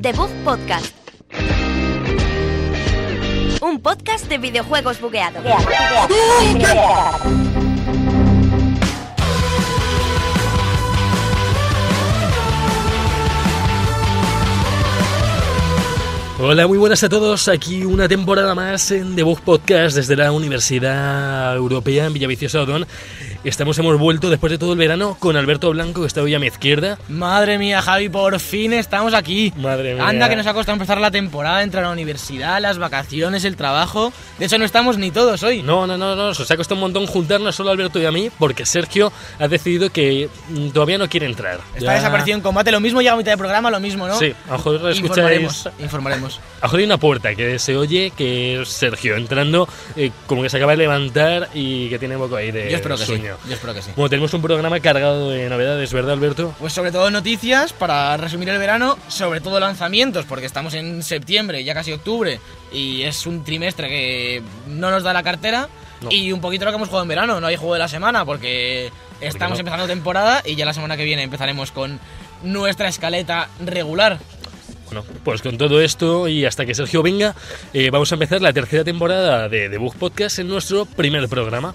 The Bug Podcast. Un podcast de videojuegos bugueados. Hola, muy buenas a todos. Aquí una temporada más en The Bug Podcast desde la Universidad Europea en Villaviciosa Odón. Estamos, hemos vuelto después de todo el verano con Alberto Blanco, que está hoy a mi izquierda. Madre mía, Javi, por fin estamos aquí. Madre mía. Anda, que nos ha costado empezar la temporada, entrar a la universidad, las vacaciones, el trabajo. De hecho, no estamos ni todos hoy. No, no, no, no, nos ha costado un montón juntarnos solo a Alberto y a mí porque Sergio ha decidido que mm, todavía no quiere entrar. Está Ya- desaparecido en combate, lo mismo llega a mitad de programa, lo mismo, ¿no? Sí, a lo mejor escucháis. Informaremos, informaremos. A joder, hay una puerta que se oye que es Sergio entrando, eh, como que se acaba de levantar y que tiene un poco ahí de Yo espero que sí, sueño. yo espero que sí. Bueno, tenemos un programa cargado de novedades, ¿verdad, Alberto? Pues sobre todo noticias, para resumir el verano, sobre todo lanzamientos, porque estamos en septiembre, ya casi octubre, y es un trimestre que no nos da la cartera. No. Y un poquito lo que hemos jugado en verano, no hay juego de la semana, porque estamos no? empezando temporada y ya la semana que viene empezaremos con nuestra escaleta regular. Bueno, pues con todo esto y hasta que Sergio venga, eh, vamos a empezar la tercera temporada de The Bug Podcast en nuestro primer programa.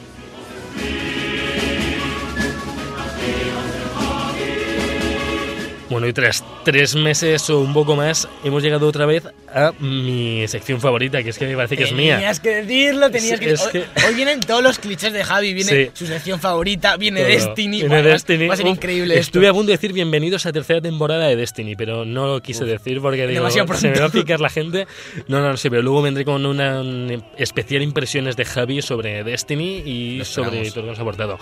Bueno, y tras tres meses o un poco más, hemos llegado otra vez a mi sección favorita, que es que me parece que es mía. Tenías que decirlo, tenías Sí, que... es Hoy, que- hoy vienen todos los clichés de Javi, viene Sí. su sección favorita, viene Todo. Destiny, Viene guau, va- Destiny. va a ser Uf, increíble esto. Estuve a punto de decir bienvenidos a tercera temporada de Destiny, pero no lo quise decir porque digo, demasiado pronto. se me va a picar la gente. No, no, no sé, pero luego vendré con una un especial impresiones de Javi sobre Destiny y Lo sobre esperamos. todo lo que nos ha aportado.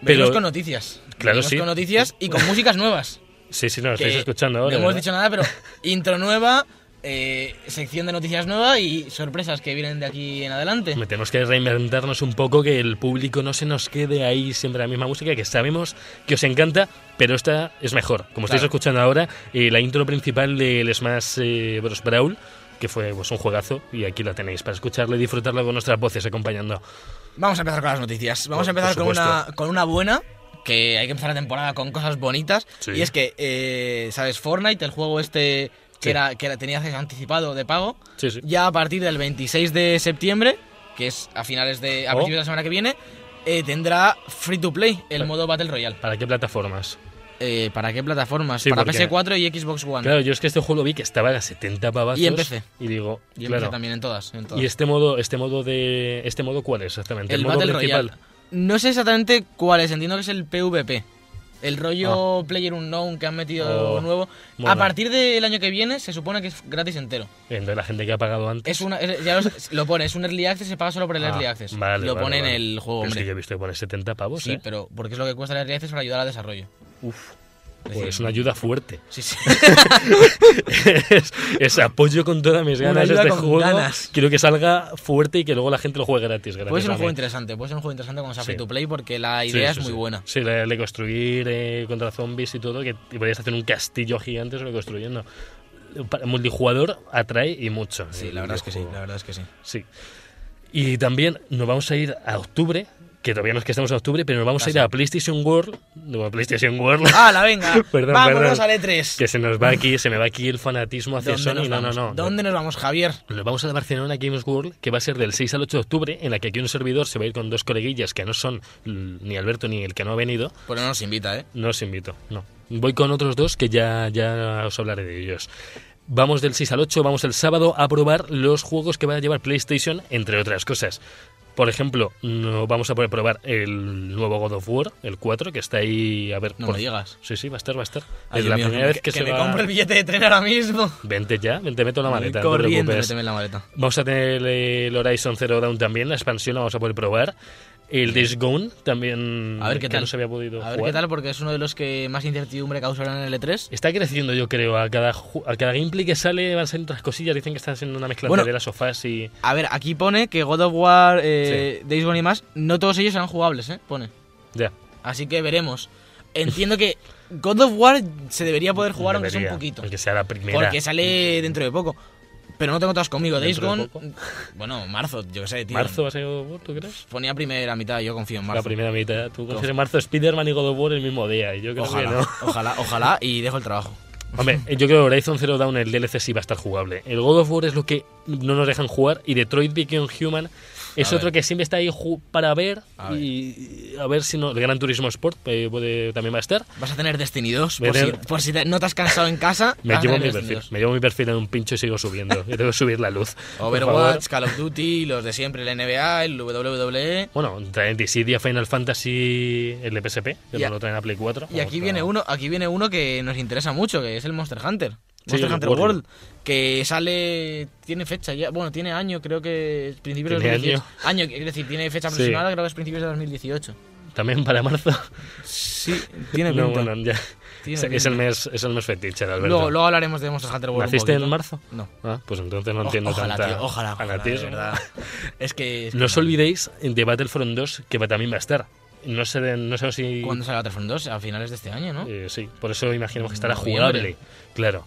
Venimos Pero- con noticias. Claro, Venimos sí. con noticias y con músicas nuevas. Sí, sí, no, lo estáis que escuchando ahora. No hemos ¿verdad? dicho nada, pero intro nueva, eh, sección de noticias nueva y sorpresas que vienen de aquí en adelante. Hombre, Tenemos que reinventarnos un poco, que el público no se nos quede ahí siempre la misma música, que sabemos que os encanta, pero esta es mejor. Como estáis Claro. escuchando ahora, eh, la intro principal del Smash eh, Bros. Brawl, que fue pues, un juegazo, y aquí la tenéis para escucharla y disfrutarla con nuestras voces acompañando. Vamos a empezar con las noticias. Vamos a Por- empezar por con una, supuesto. con una buena, que hay que empezar la temporada con cosas bonitas. Sí. Y es que, eh, ¿sabes? Fortnite, el juego este Sí. que, era, que era- tenías anticipado de pago, Sí, sí. ya a partir del 26 de septiembre, que es a finales de. a Oh. principios de la semana que viene, eh, tendrá free to play el modo Battle Royale. ¿Para qué plataformas? Eh, ¿Para qué plataformas? Sí, para porque- PS4 y Xbox One. Claro, yo es que este juego lo vi que estaba a 70 pavazos. Y en PC. Y digo, Y en claro. PC también en todas. en todas. ¿Y este modo, este modo de. ¿Este modo cuál es exactamente? el modo Battle principal. Royale. No sé exactamente cuál es, entiendo que es el PvP. El rollo Player Unknown que han metido Ah. Oh, nuevo. bueno. A partir del año que viene se supone que es gratis entero. Entonces, la gente que ha pagado antes. Es una, es- ya lo, lo pone, es un early access, se paga solo por el Ah, early access. vale, lo vale, pone vale. en el juego, Pero es que hombre. yo he visto que pone 70 pavos. sí, ¿eh? pero porque es lo que cuesta el early access para ayudar al desarrollo. Uf. Es Pues decir, es una ayuda fuerte. Sí, sí. es, es apoyo con todas mis Una ganas ayuda este con juego. ganas. Quiero que salga fuerte y que luego la gente lo juegue gratis. gratis puede ser un a mí. juego interesante, puede ser un juego interesante cuando sea Sí. free to play porque la Sí, idea sí, es muy sí. buena. Sí, la- de construir eh, contra zombies y todo, que te podrías hacer un castillo gigante solo construyendo. Para- multijugador atrae y mucho. Sí, el la verdad es que sí, videojuego. la verdad es que sí. Sí. Y también nos vamos a ir a octubre, que todavía no es que estamos en octubre, pero nos vamos Casi. a ir a PlayStation World. No, a PlayStation World. ¡Hala, venga! Perdón, ¡Vámonos perdón. al E3! Que se nos va aquí, se me va aquí el fanatismo hacia ¿Dónde Sony. nos No, no, vamos? no. ¿Dónde nos vamos, Javier? Nos vamos a la Barcelona Games World, que va a ser del 6 al 8 de octubre, en la que aquí un servidor se va a ir con dos coleguillas que no son l- ni Alberto ni el que no ha venido. Pues no nos invita, ¿eh? No os invito, no. Voy con otros dos que ya, ya os hablaré de ellos. Vamos del 6 al 8, vamos el sábado a probar los juegos que va a llevar PlayStation, entre otras cosas. Por ejemplo, no vamos a poder probar el nuevo God of War, el 4, que está ahí a ver No por- me digas. Sí, sí, va a estar, va a estar. Es Ay, Dios la mío, primera vez que, se me va- compro el billete de tren ahora mismo. Vente ya, ven, te meto la maleta, no te Corriendo, preocupes. méteme en la maleta. eh, Vamos a tener el Horizon Zero Dawn también, la expansión la vamos a poder probar. El Days Gone también A ver qué que tal. no se había podido A ver jugar. qué tal, porque es uno de los que más incertidumbre causaron en el E E3. Está creciendo, yo creo. A cada, ju- a cada gameplay que sale van saliendo otras cosillas. Dicen que están haciendo una mezcla Bueno. de las sofás y. A ver, aquí pone que God of War, eh, Days Gone y más, no todos ellos serán jugables, ¿eh? Pone. Ya. Así que veremos. Entiendo que God of War se debería poder jugar aunque sea un Debería, poquito. Aunque sea la primera. Porque sale dentro de poco. Pero no tengo todas conmigo. Days Dentro de Gone. Bueno, marzo, yo qué sé, tío. ¿Marzo va a ser God of War, tú crees? Ponía primera mitad, yo confío en marzo. La primera mitad. Tú consideras marzo Spider-Man y God of War el mismo día. Y yo creo Ojalá, que no. ojalá, ojalá, y dejo el trabajo. Hombre, yo creo que Horizon Zero Dawn, el DLC, sí va a estar jugable. El God of War es lo que no nos dejan jugar. Y Detroit Become Human es A otro ver. que siempre está ahí ju- para ver. A ver. y y a ver si no. El Gran Turismo Sport eh, puede, también va a estar. Vas a tener Destiny 2. Voy a Por si, tener- por si te- no te has cansado en casa, Me vas a llevo tener mi Destiny perfil. 2. Me llevo mi perfil en un pincho y sigo subiendo. Yo tengo que subir la luz. Por favor. Overwatch, Call of Duty, los de siempre, el NBA, el E. WWE. Bueno, traen Dissidia, Final Fantasy, el de PSP, que Y no a- lo traen a Play 4. Y aquí viene uno, aquí viene uno que nos interesa mucho, que es el Monster Hunter. Sí, Monster el Hunter World. World. que sale tiene fecha ya, bueno, tiene año, creo que es principios de Tiene 2018. Año. quiero decir, tiene fecha Sí. aproximada, creo que es principios de 2018. También para marzo. Sí, tiene no, pinta. bueno, ya. Tiene es, es pinta. el mes, es el mes fetiche, Alberto. luego, luego hablaremos de Monster Hunter World. un ¿Naciste en poquito. marzo? No. Ah, pues entonces no O- entiendo Oh, ojalá, tanta tío, ojalá, ojalá, de fanatismo. verdad. Es que es No os que- olvidéis de Battlefront 2, que va- también va a estar. No sé, de- no sé si... ¿Cuándo sale Battlefront 2? A finales de este año, ¿no? eh, sí, por eso imaginamos que estará Noviembre. jugable. Claro.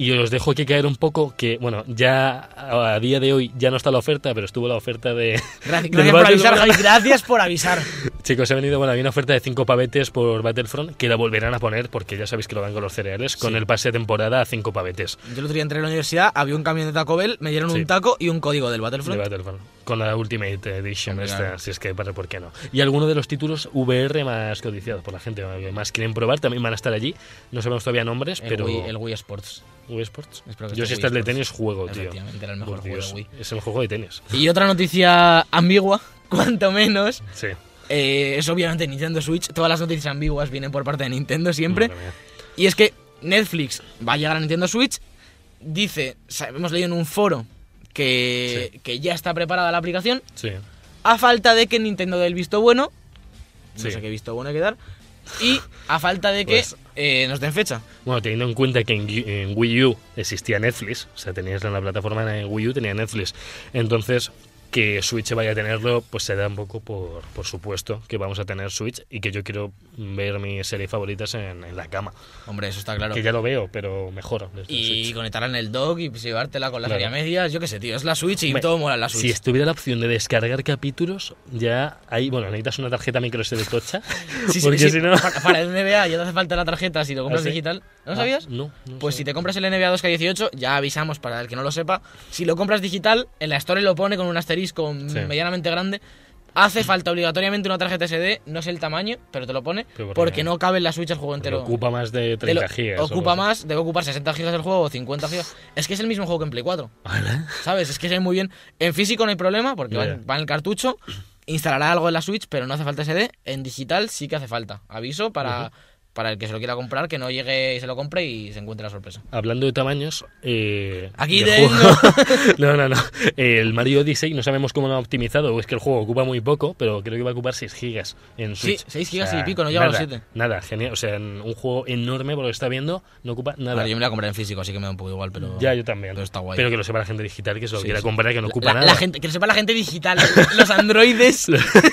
Y os dejo que caer un poco que, bueno, ya a a día de hoy ya no está la oferta, pero estuvo la oferta de... del Gracias, gracias por avisar, Battlefront. Javi. Gracias por avisar. Chicos, he venido, bueno, había una oferta de 5 pavetes por Battlefront que la volverán a poner porque ya sabéis que lo dan con los cereales, con el pase de temporada a 5 pavetes Yo el otro día entré a la universidad, había un camión de Taco Bell, me dieron Sí. un taco y un código del de Battlefront. Battlefront. Con la Ultimate Edition, Hombre, esta, claro. si es que para por qué no. Y algunos de los títulos VR más codiciados por la gente, que más quieren probar, también van a estar allí. No sabemos todavía nombres, El, pero. Wii, Eh, el Wii Sports. Wii Sports. Espero que Yo esté si Wii estás de Sports. tenis juego, tío. Efectivamente, era el mejor Por juego de Dios, Wii. Es el juego de tenis. Y otra noticia ambigua, cuanto menos, Sí. eh, es obviamente Nintendo Switch. Todas las noticias ambiguas vienen por parte de Nintendo siempre. Madre mía. Y es que Netflix va a llegar a Nintendo Switch. Dice, o sea, hemos leído en un foro que, que ya está preparada la aplicación. Sí. A falta de que Nintendo dé el visto bueno. Sí. No sé qué visto bueno hay que dar. Y a falta de que Pues- eh, nos den fecha. Bueno, teniendo en cuenta que en, Gui- en Wii U existía Netflix, o sea, tenías en la plataforma de Wii U, tenía Netflix. Entonces, que Switch vaya a tenerlo, pues se da un poco por, por supuesto que vamos a tener Switch y que yo quiero ver mis series favoritas en, en la cama. Hombre, eso está claro. Que ya lo veo, pero mejor. desde Y Switch. conectarla en el dock y pues, llevártela con la Claro. serie a medias. Yo qué sé, tío. Es la Switch y Hombre, todo mola en la Si Switch. estuviera la opción de descargar capítulos, ya hay. Bueno, necesitas una tarjeta micro SD tocha. porque si no. Para, para el NBA ya te hace falta la tarjeta si lo compras ¿Ah, sí? digital. ¿No Ah, lo sabías? No. no Pues si sabía. te compras el NBA 2K18, ya avisamos para el que no lo sepa. Si lo compras digital, en la Store lo pone con un asterisco Sí. medianamente grande. Hace falta obligatoriamente una tarjeta SD, no sé el tamaño, pero te lo pone, Pero por qué porque no. no cabe en la Switch el juego Porque entero. Ocupa más de Te lo- 30 gigas. o Ocupa algo así. más, debe ocupar 60 gigas del juego o 50 gigas. Es que es el mismo juego que en Play 4. ¿Sabes? Es que se ve muy bien. En físico no hay problema porque va, Ya. en- va en el cartucho. Instalará algo en la Switch, pero no hace falta SD. En digital sí que hace falta. Aviso para, para el que se lo quiera comprar, que no llegue y se lo compre y se encuentre la sorpresa. Hablando de tamaños, eh, Aquí de tengo. juego- no, no, no. El Mario Odyssey no sabemos cómo lo ha optimizado, o es que el juego ocupa muy poco, pero creo que va a ocupar 6 gigas en Sí, Switch. 6 gigas y pico, no llega a nada, los 7. Nada, genial. O sea, en un juego enorme, por lo que está viendo, no ocupa nada. Vale, yo me la compré en físico, así que me da un poco igual, pero. ya, yo también. Pero está guay. Pero que lo sepa la gente digital, que se lo Sí, quiera sí. comprar, que no ocupa La- nada. la gente, que lo sepa la gente digital, los androides.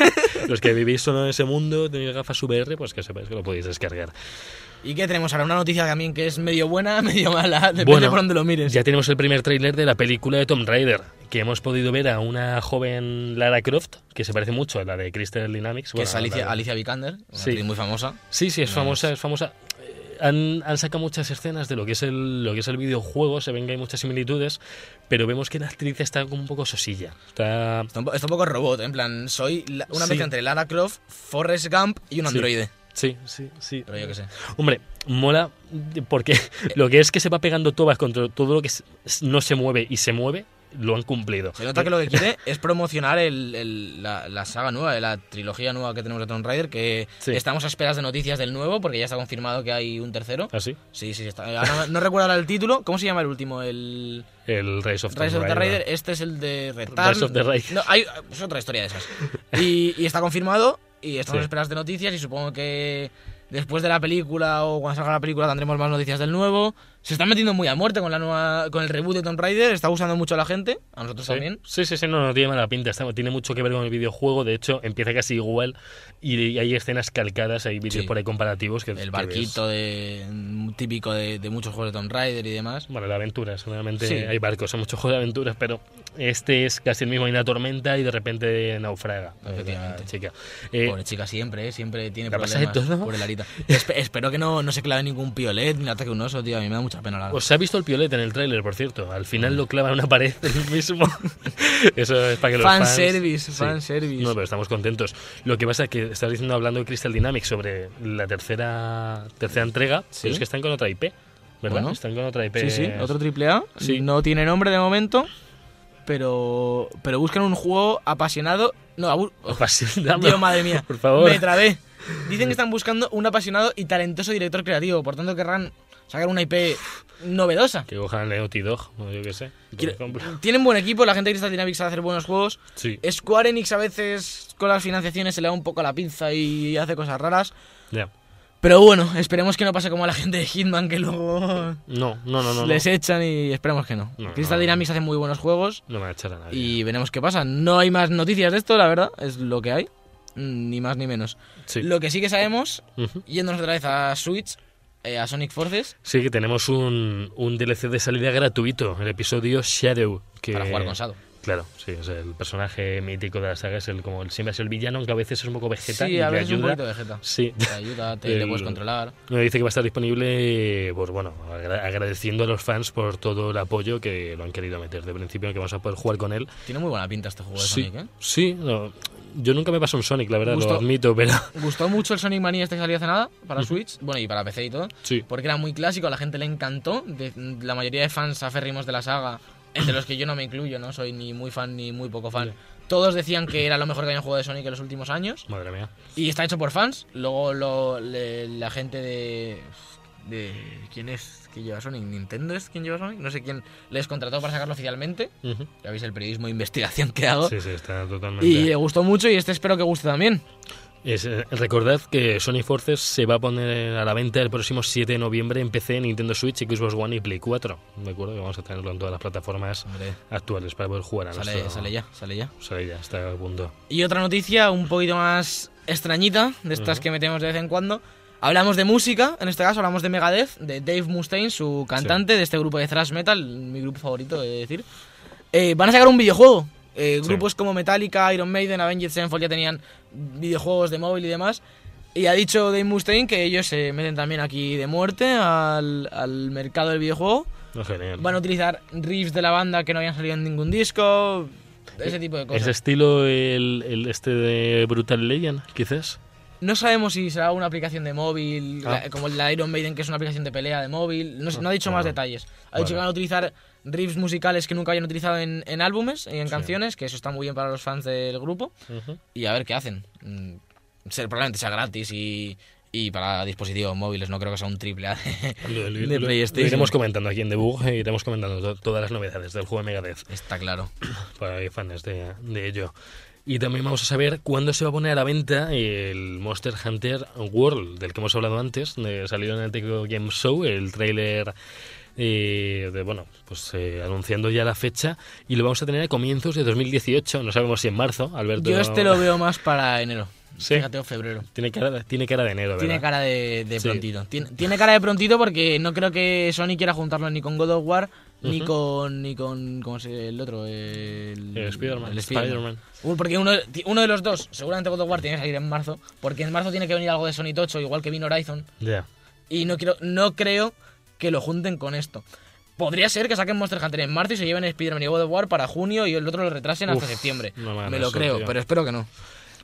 Los que vivís solo en ese mundo, tenéis gafas VR, pues que sepáis que lo podéis descargar. ¿Y qué tenemos ahora? Una noticia también que es medio buena, medio mala, depende Bueno, por donde lo mires. Ya tenemos el primer tráiler de la película de Tomb Raider, que hemos podido ver a una joven Lara Croft, que se parece mucho a la de Crystal Dynamics. que bueno, es a la Alicia, Mm. de- Alicia Vikander, una Sí. actriz muy famosa. Sí, sí, es No, famosa, es famosa. Eh, Han, han sacado muchas escenas de lo que es el lo que es el videojuego, se ven que hay muchas similitudes, pero vemos que la actriz está como un poco sosilla. Está Está un, po- está un poco robot, en plan, soy la- una Sí. mezcla entre Lara Croft, Forrest Gump y Sí. un androide. Sí, sí, sí. Pero yo qué sé. Hombre, mola porque lo que es que se va pegando tobas contra todo lo que s- no se mueve y se mueve lo han cumplido. Se nota que lo que quiere es promocionar el- el- la, la saga nueva, la trilogía nueva que tenemos de Tomb Raider, que Sí. estamos a esperas de noticias del nuevo, porque ya está confirmado que hay un tercero. ¿Así? Sí, sí, está. Ahora no recuerdo ahora el título. ¿Cómo se llama el último? El El Rise of, Tomb Rise of the Raider. Raider. Este es el de Return. Rise of the Raider. No, hay, es otra historia de esas. Y, y está confirmado y estamos Sí. a esperas de noticias y supongo que después de la película o cuando salga la película tendremos más noticias del nuevo. Se está metiendo muy a muerte con la nueva con el reboot de Tomb Raider. Está gustando mucho a la gente, a nosotros Sí. también. Sí, sí, sí, no, no tiene mala pinta. está- tiene mucho que ver con el videojuego. De hecho, empieza casi igual. Y, hay escenas calcadas, hay vídeos Sí. por ahí comparativos. Que, que ves. El barquito de, típico de, de muchos juegos de Tomb Raider y demás. Bueno, la aventura, seguramente Sí. hay barcos, hay muchos juegos de aventuras, pero este es casi el mismo. Hay una tormenta y de repente naufraga. eh, Efectivamente. La chica. Eh, Pobre chica, siempre, ¿eh? siempre tiene La pasa de problemas. todo. Pobre Larita. Espe- espero que no, no se clave ningún piolet ni ataque un oso, tío. A mí me da mucha pena la Os Pues ha visto el piolet en el tráiler, por cierto. Al Mm. final lo clava en una pared el mismo. Eso es para que los fans... Fanservice, fanservice. No, pero estamos contentos. Lo que pasa es que estás diciendo, hablando de Crystal Dynamics sobre la tercera tercera entrega, Sí. pero es que están con otra IP, ¿verdad? Bueno. Están con otra IP. Sí, sí, otro triple A. Sí. No tiene nombre de momento, pero, pero buscan un juego apasionado. No, abu- Apasionado. Dios, madre mía. Por favor. Me trabé. Dicen que están buscando un apasionado y talentoso director creativo. Por tanto, querrán sacar una IP novedosa. Que cojan Naughty Dog, o yo qué sé. por Quiero- ejemplo. Tienen buen equipo, la gente de Crystal Dynamics sabe hacer buenos juegos. Sí. Square Enix a veces con las financiaciones se le da un poco a la pinza y hace cosas raras. ya. Pero bueno, esperemos que no pase como a la gente de Hitman que luego No, no, no, no. les no. echan y esperemos que no. No, Crystal no. Dynamics hace muy buenos juegos No me va a echar a nadie. y veremos qué pasa. No hay más noticias de esto, la verdad, es lo que hay. Mm, Ni más ni menos. Sí. Lo que sí que sabemos, Ujú. yéndonos otra vez a Switch, eh, a Sonic Forces, Sí, que tenemos un, un DLC de salida gratuito, el episodio Shadow. Que, para jugar con Sado. Claro, sí, es el personaje mítico de la saga, es el, como el, siempre ha sido el villano, aunque a veces es un poco vegeta Sí, y a que veces un ayuda. poquito de jeta. Sí. Te ayuda, te le El- puedes controlar. Me dice que va a estar disponible, pues bueno, agra- agradeciendo a los fans por todo el apoyo que lo han querido meter de principio, que vamos a poder jugar con él. Tiene muy buena pinta este juego de sí, Sonic, ¿eh? sí no, yo nunca me paso un Sonic, la verdad, Gusto. lo admito, pero Gustó mucho el Sonic Mania este que salió hace nada para Switch, bueno, y para PC y todo, sí. porque era muy clásico, a la gente le encantó, de- la mayoría de fans aférrimos de la saga, entre los que yo no me incluyo, no soy ni muy fan ni muy poco fan, todos decían que era lo mejor que habían jugado de Sonic en los últimos años, Madre mía. y está hecho por fans, luego lo- le- la gente de... de ¿Quién es que lleva Sonic? ¿Nintendo es quien lleva Sonic? No sé quién les contrató para sacarlo oficialmente, Ujú. ya veis el periodismo de investigación que hago, Sí, sí, está totalmente. y le gustó mucho y este espero que guste también. Es, eh, recordad que Sony Forces se va a poner a la venta el próximo 7 de noviembre en PC, Nintendo Switch, Xbox One y Play 4. De acuerdo que vamos a tenerlo en todas las plataformas Hombre, actuales para poder jugar a sale, nuestro- sale ya, sale ya. Sale ya, está a punto. Y otra noticia un poquito más extrañita, de estas que metemos de vez en cuando. Hablamos de música, en este caso hablamos de Megadeth, de Dave Mustaine, su cantante de este grupo de thrash metal, mi grupo favorito, he de decir. Eh, van a sacar un videojuego. Eh, Sí. Grupos como Metallica, Iron Maiden, Avenged Sevenfold ya tenían videojuegos de móvil y demás. Y ha dicho Dave Mustaine que ellos se meten también aquí de muerte al, al mercado del videojuego. No, Ah, genial. Van a utilizar riffs de la banda que no habían salido en ningún disco, ese tipo de cosas. ¿Es estilo el, el este de Brutal Legend, quizás? No sabemos si será una aplicación de móvil, Ah. la- como la Iron Maiden, que es una aplicación de pelea de móvil. No, sé, no ha dicho Ah. más detalles. Ha dicho Vale. que van a utilizar riffs musicales que nunca habían utilizado en, en álbumes y en canciones, que eso está muy bien para los fans del grupo. Y a ver qué hacen. Mm, ser- probablemente sea gratis y, y para dispositivos móviles. No creo que sea un triple A. Lo- lo- De lo- lo PlayStation. iremos comentando aquí en Debug, eh, iremos comentando to- todas las novedades del juego de Megadeth. está claro. para los Pues fans de, de ello. Y también vamos a saber cuándo se va a poner a la venta el Monster Hunter World, del que hemos hablado antes. eh, salió en el Tecno Game Show el tráiler eh, de, bueno, pues eh, anunciando ya la fecha. Y lo vamos a tener a comienzos de 2018. No sabemos si en marzo, Alberto. Yo este lo veo más para enero. Sí. Fíjate, o febrero. Tiene cara, tiene cara de enero, Tiene ¿verdad? cara de, de Sí. prontito. Tiene, tiene cara de prontito porque no creo que Sony quiera juntarlo ni con God of War, ni con. ni con. ¿Cómo se llama el otro? El, El Spider-Man. el Spider-Man. Spider-Man. Uh, porque uno, ti- uno de los dos, seguramente God of War tiene que salir en marzo, porque en marzo tiene que venir algo de Sony Tocho, igual que vino Horizon. Ya. Y no, quiero, no creo que lo junten con esto. Podría ser que saquen Monster Hunter en marzo y se lleven Spider-Man y God of War para junio y el otro lo retrasen hasta Uf, septiembre. no me hagas Me lo eso, creo, tío. pero espero que no.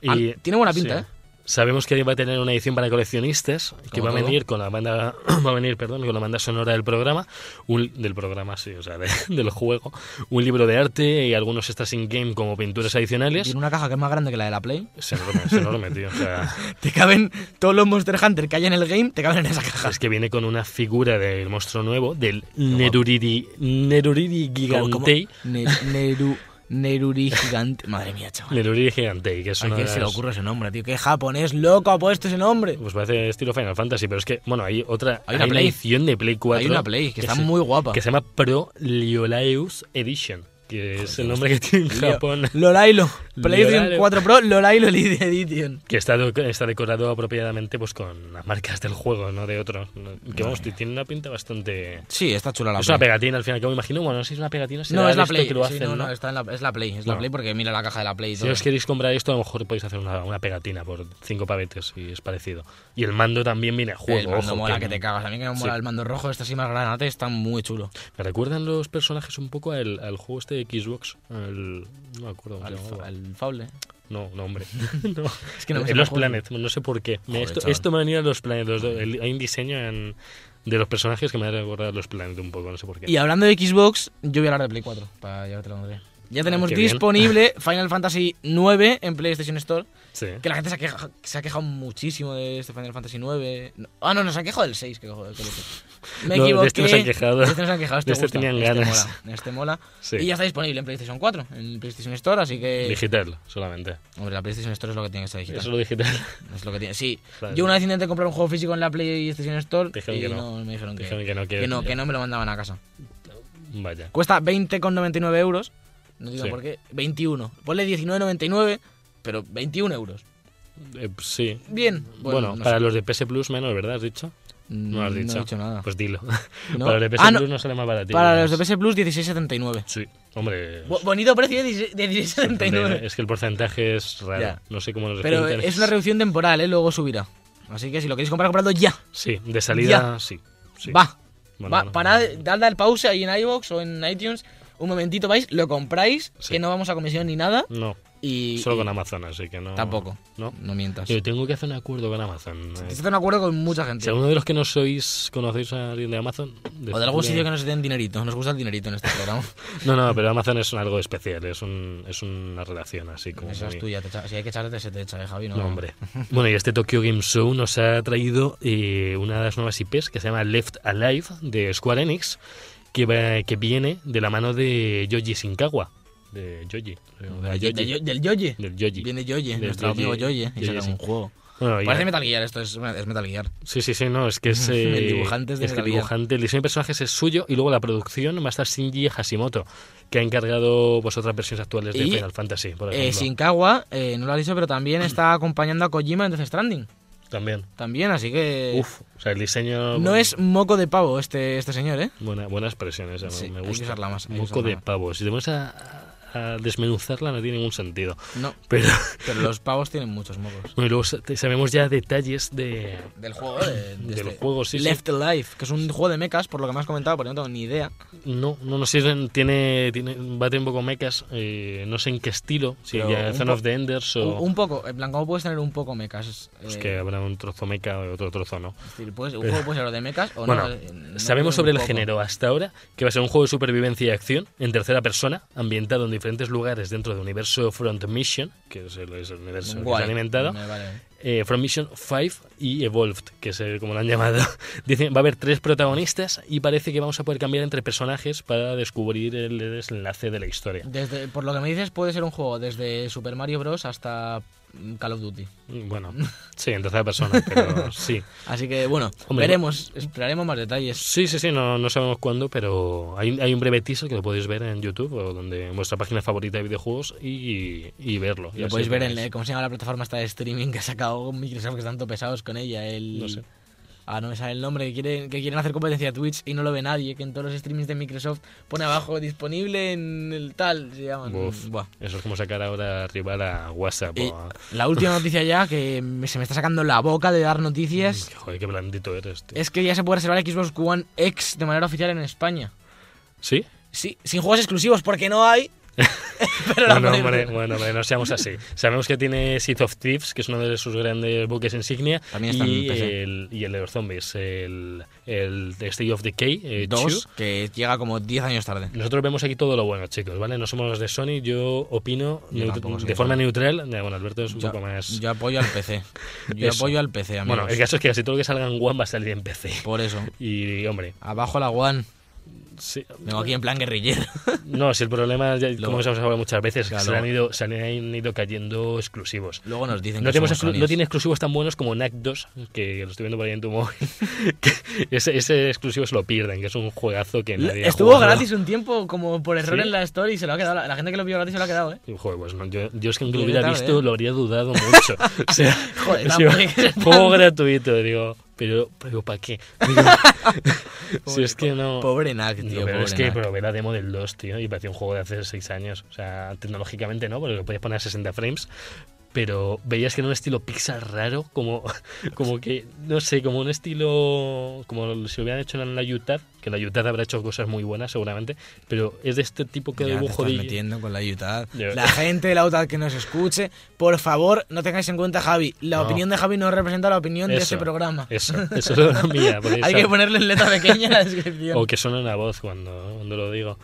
Y- Ah, tiene buena pinta, sí. Sabemos que va a tener una edición para coleccionistas que Como va a todo. venir con la banda va a venir, perdón, con la banda sonora del programa, un, del programa sí, o sea, de- del juego, un libro de arte y algunos extras in game como pinturas adicionales. Tiene una caja que es más grande que la de la Play. Es enorme, es enorme, tío. O sea, Te caben todos los Monster Hunter que hay en el game, te caben en esa caja. es que viene con una figura del monstruo nuevo, del Neruriri, Neruriri Como- como Gigantei. Ne- Neru, Neruri gigante. Madre mía, chaval. Neruriri Gigantei, que es ¿A una de quién se le las- ocurre ese nombre, tío? ¿Qué japonés loco ha puesto ese nombre? Pues parece estilo Final Fantasy, pero es que, bueno, hay otra. Hay una Play. edición de Play 4. Hay una Play que está se- muy guapa. Que se llama Pro Liolaeus Edition, que es el nombre que tiene en Japón. Lo- Lolailo. PlayStation Lolailo. 4 Pro, Lolailo Elite Edition. Que está, do- está decorado apropiadamente pues con las marcas del juego, no de otro. No- Que vamos, tiene una pinta bastante. Sí, está chula la es una pegatina al final, que me imagino. Bueno, no sé si es una pegatina, será No, es de la esto Play. que lo Sí, hacen, no, ¿no? no, está en la, es la Play. Es la Bueno. Play porque mira la caja de la Play y Si todo. os queréis comprar esto, a lo mejor podéis hacer una, una pegatina por cinco pavetes y es parecido. Y el mando también viene a juego. el mando ojo, mola que que te cagas. A mí que me Sí. mola el mando rojo, este así más granate, está muy chulo. Me recuerdan los personajes un poco al, al juego este de Xbox. al- no me acuerdo. cómo se Al, llamaba. al Faule. No, no, hombre. No. Es que no me sé En los cómo- Planet, no sé por qué. Me- Joder, esto, chaval. esto me venía de los Planet. los do- el- hay un diseño en- de los personajes que me ha recordado a los Planet un poco, no sé por qué. Y hablando de Xbox, yo voy a hablar de Play 4. Para llevártelo, Andrea. Ya Ah, tenemos qué bien. disponible Final Fantasy 9 en PlayStation Store. Sí. Que la gente se ha, queja- se ha quejado muchísimo de este Final Fantasy 9. No- ah, no, nos han quejado del 6. Que, joder, que loco. Me No, equivoqué. de este nos han quejado. De este nos han quejado. Este, De este gusta, tenían este ganas. Mola, este mola. Sí. Y ya está disponible en PlayStation 4, en PlayStation Store. Así que. Digital, solamente. Hombre, la PlayStation Store es lo que tiene que estar eh, digital. Eso lo digital. Es lo que tiene. Sí, Claro. yo una vez intenté comprar un juego físico en la PlayStation Store. Dijeron y que no. me dijeron que, Dijeron que no, que- que no, que no me lo mandaban a casa. Vaya. Cuesta 20,99 euros. No digo Sí. por qué. 21. Ponle 19,99, pero 21 euros. Eh, pues sí. Bien. Bueno, no para sé. los de PS Plus menos, ¿verdad? ¿Has dicho? No has Mm, dicho. No he dicho nada. Pues dilo. No. Para los de PS Ah, no. Plus no sale más baratito. para los de PS Plus, 16,79. Sí, hombre. Bo- bonito precio de 16- de 16,79. Es que el porcentaje es raro. Ya. No sé cómo nos Pero descuentan. es una reducción temporal, ¿eh? Luego subirá. Así que si lo queréis comprar, compradlo ya. Sí, de salida sí. sí. Va. Bueno, Va, no. Parad, dadle al pause ahí en iBox o en iTunes. Un momentito, vais, lo compráis, Sí. que no vamos a comisión ni nada. No, Y. solo y- con Amazon, así que no. Tampoco. No. No mientas. Yo tengo que hacer un acuerdo con Amazon. eh. Estoy en acuerdo con mucha gente. Si alguno de los que no sois conocéis a alguien de Amazon. O de algún sitio que nos den dinerito. Nos gusta el dinerito en este programa. No, no, pero Amazon es algo especial. Es, un, es una relación así como. Esa es muy- tuya. te echa- Si hay que echarte, se te echa, ¿eh, Javi. No, No, hombre. Bueno, y este Tokyo Game Show nos ha traído eh, una de las nuevas IPs que se llama Left Alive de Square Enix, que, va- que viene de la mano de Yoji Shinkawa. De Yoji. De De- de- Yoji. del Yoye. Del Yoji. Viene Yoye, Del nuestro Yoye. amigo Yoye. Y Yoye, saca sí. un juego. Bueno, y- Parece Metal Gear, esto es, es Metal Gear. Sí, sí, sí, no, es que es. eh, El dibujante es de que el Gabriel. dibujante, el diseño de personajes es suyo y luego la producción va a estar Shinji Hashimoto, que ha encargado pues, otras versiones actuales de Y, Final Fantasy, por Eh, ejemplo. Shinkawa, eh, no lo ha dicho, pero también está acompañando a Kojima en Death Stranding. También. También, así que. Uf, o sea, el diseño. Eh, No es moco de pavo este, este señor, ¿eh? Buena, buena expresión esa, Sí, me hay que gusta. usarla más, hay que Moco usarla de más. pavo. Si te pones a, a desmenuzarla, no tiene ningún sentido. No, Pero. pero los pavos tienen muchos mocos. Bueno, y luego sa- sabemos ya detalles de. Del juego, eh, de, de Del juego, sí, sí. Left Alive, que es un juego de mechas, por lo que me has comentado, porque no tengo ni idea. No, no, no sé, tiene, tiene, va un poco mecas, eh, no sé en qué estilo, si Pero ya un Zone po- of the Enders o... Un, un poco, en plan, ¿cómo puedes tener un poco mechas? Pues Eh, que habrá un trozo meca o otro trozo no. es decir, puedes- un juego puede ser de mechas o bueno, no. eh, no sabemos tiene sobre el un poco. género hasta ahora que va a ser un juego de supervivencia y acción en tercera persona, ambientado en diferentes lugares dentro del universo Front Mission, que es el, es el universo que se Guay, ha alimentado, me vale. eh, Front Mission 5 y Evolved, que es eh, como lo han llamado. Dicen, va a haber tres protagonistas y parece que vamos a poder cambiar entre personajes para descubrir el desenlace de la historia. Desde, por lo que me dices, puede ser un juego desde Super Mario Bros. hasta mm, Call of Duty. Bueno, sí, en tercera persona, pero sí. Así que, bueno, Hombre, veremos, esperaremos más detalles. Sí, sí, sí, no, no sabemos cuándo, pero hay, hay un breve teaser que lo podéis ver en YouTube o donde en vuestra página favorita de videojuegos y, y verlo. Y Lo así podéis ver en, tenéis. eh, ¿cómo se llama la plataforma esta de streaming que ha sacado Microsoft que están tanto pesados con ella? El... No sé. Ah, no me sale el nombre, que quieren, que quieren hacer competencia a Twitch y no lo ve nadie, que en todos los streamings de Microsoft pone abajo disponible en el tal, se llaman. Buf, Buah. Eso es como sacar ahora rival a WhatsApp. Y o a- la última noticia ya, que me- se me está sacando la boca de dar noticias, Joder, qué blandito eres, Mm, tío. es que ya se puede reservar Xbox One X de manera oficial en España. ¿Sí? Sí, sin juegos exclusivos, porque no hay. Pero la No, no, morir. hombre, bueno, hombre, no seamos así. Sabemos que tiene Seath of Thieves, que es uno de sus grandes buques insignia, También está en y PC. el, y el de los zombies, el, el State of Decay eh, 2. Dos, que llega como 10 años tarde. Nosotros vemos aquí todo lo bueno, chicos, ¿vale? No somos los de Sony, yo opino Yo neut- tampoco soy de de forma Sony. neutral. Ya, Bueno, Alberto es un Yo, poco más... yo apoyo al PC. Yo Eso. apoyo al PC, amigos. bueno, el caso es que casi todo lo que salga en One va a salir en PC. Por eso. Y, hombre, Abajo la One. sí, Vengo aquí en plan guerrillero. no, si el problema, ya- Luego- como hemos hablado muchas veces, Claro, se, le han luego- ido, se le han ido cayendo exclusivos. Luego nos dicen No, que tenemos somos exclu- no sonios. tiene exclusivos tan buenos como NAC 2, que lo estoy viendo por ahí en tu móvil. que ese, ese exclusivo se lo pierden, que es un juegazo que nadie ha Estuvo jugado. gratis un tiempo, como por error Sí. en la story, y se lo ha quedado. La, la gente que lo vio gratis se lo ha quedado, ¿eh? Y, Joder, pues no, yo, yo es que aunque lo Llegué hubiera tarde, visto ¿eh? lo habría dudado mucho. o sea, Joder, ha tampoco sido hay que ser tan- juego gratuito, digo, pero, pero ¿para qué? Digo, si es que no... Pobre Knack, No, tío. pero pobre es que Knack. probé la demo del 2, tío, y parecía un juego de hace 6 años. O sea, tecnológicamente no, porque lo podías poner a 60 frames, pero veías que era un estilo Pixar raro, como, como que, no sé, como un estilo, como si lo hubieran hecho en la Utah, que la Utah habrá hecho cosas muy buenas seguramente, pero es de este tipo que Ya te dibujo estás de... metiendo con la Utah. Yo- La gente de la Utah que nos escuche, por favor, no tengáis en cuenta a Javi. La No. opinión de Javi no representa la opinión de Eso, ese programa. Eso, eso es la mía. porque Hay esa- que ponerle en letra pequeña en la descripción. O que suena una voz cuando, cuando lo digo.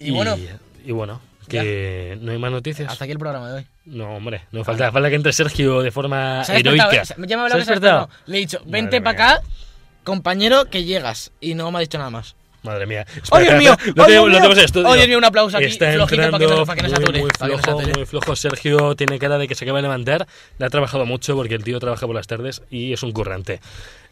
Y bueno. y bueno, que no hay más noticias. Hasta aquí el programa de hoy. No, hombre, no falta, falta que entre Sergio de forma Se ha despertado, Ah, heroica. ¿eh? Se- Ya me ha ¿Se ha hablado que se ha despertado? despertado. Le he dicho, Madre vente para mía. acá, compañero, que llegas. Y no me ha dicho nada más. Madre mía. ¡Oh, Dios Espera, mío! espera, No tenemos, ¡Oh, Dios no mío! tenemos estudio. ¡Oh, Dios mío! Un aplauso aquí, Está flojito, para que no- entrando para que no se muy, ature, muy para que no se flojo, ature. muy flojo. Sergio tiene cara de que se acaba de levantar. Le ha trabajado mucho porque el tío trabaja por las tardes y es un currante.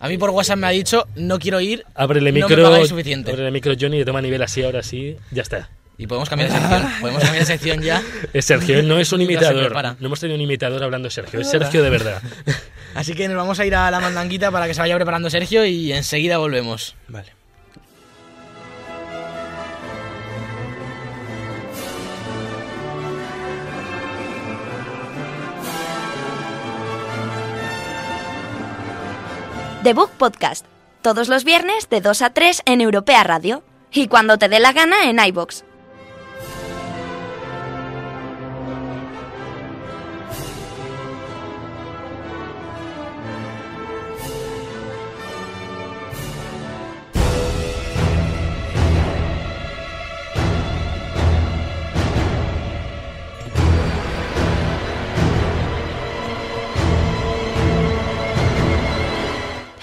A mí por WhatsApp me ha dicho, no quiero ir. Ábrele No me micro. pagáis suficiente. Ábrele micro, Johnny, y toma nivel así, ahora sí. Ya está. Y podemos cambiar de sección. Podemos cambiar de sección ya. Eh, Sergio no es un Ya se imitador. prepara. No hemos tenido un imitador hablando de Sergio. Es Sergio de verdad. Así que nos vamos a ir a la mandanguita para que se vaya preparando Sergio y enseguida volvemos. Vale. The Book Podcast. Todos los viernes de 2 a 3 en Europea Radio. Y cuando te dé la gana en iBox.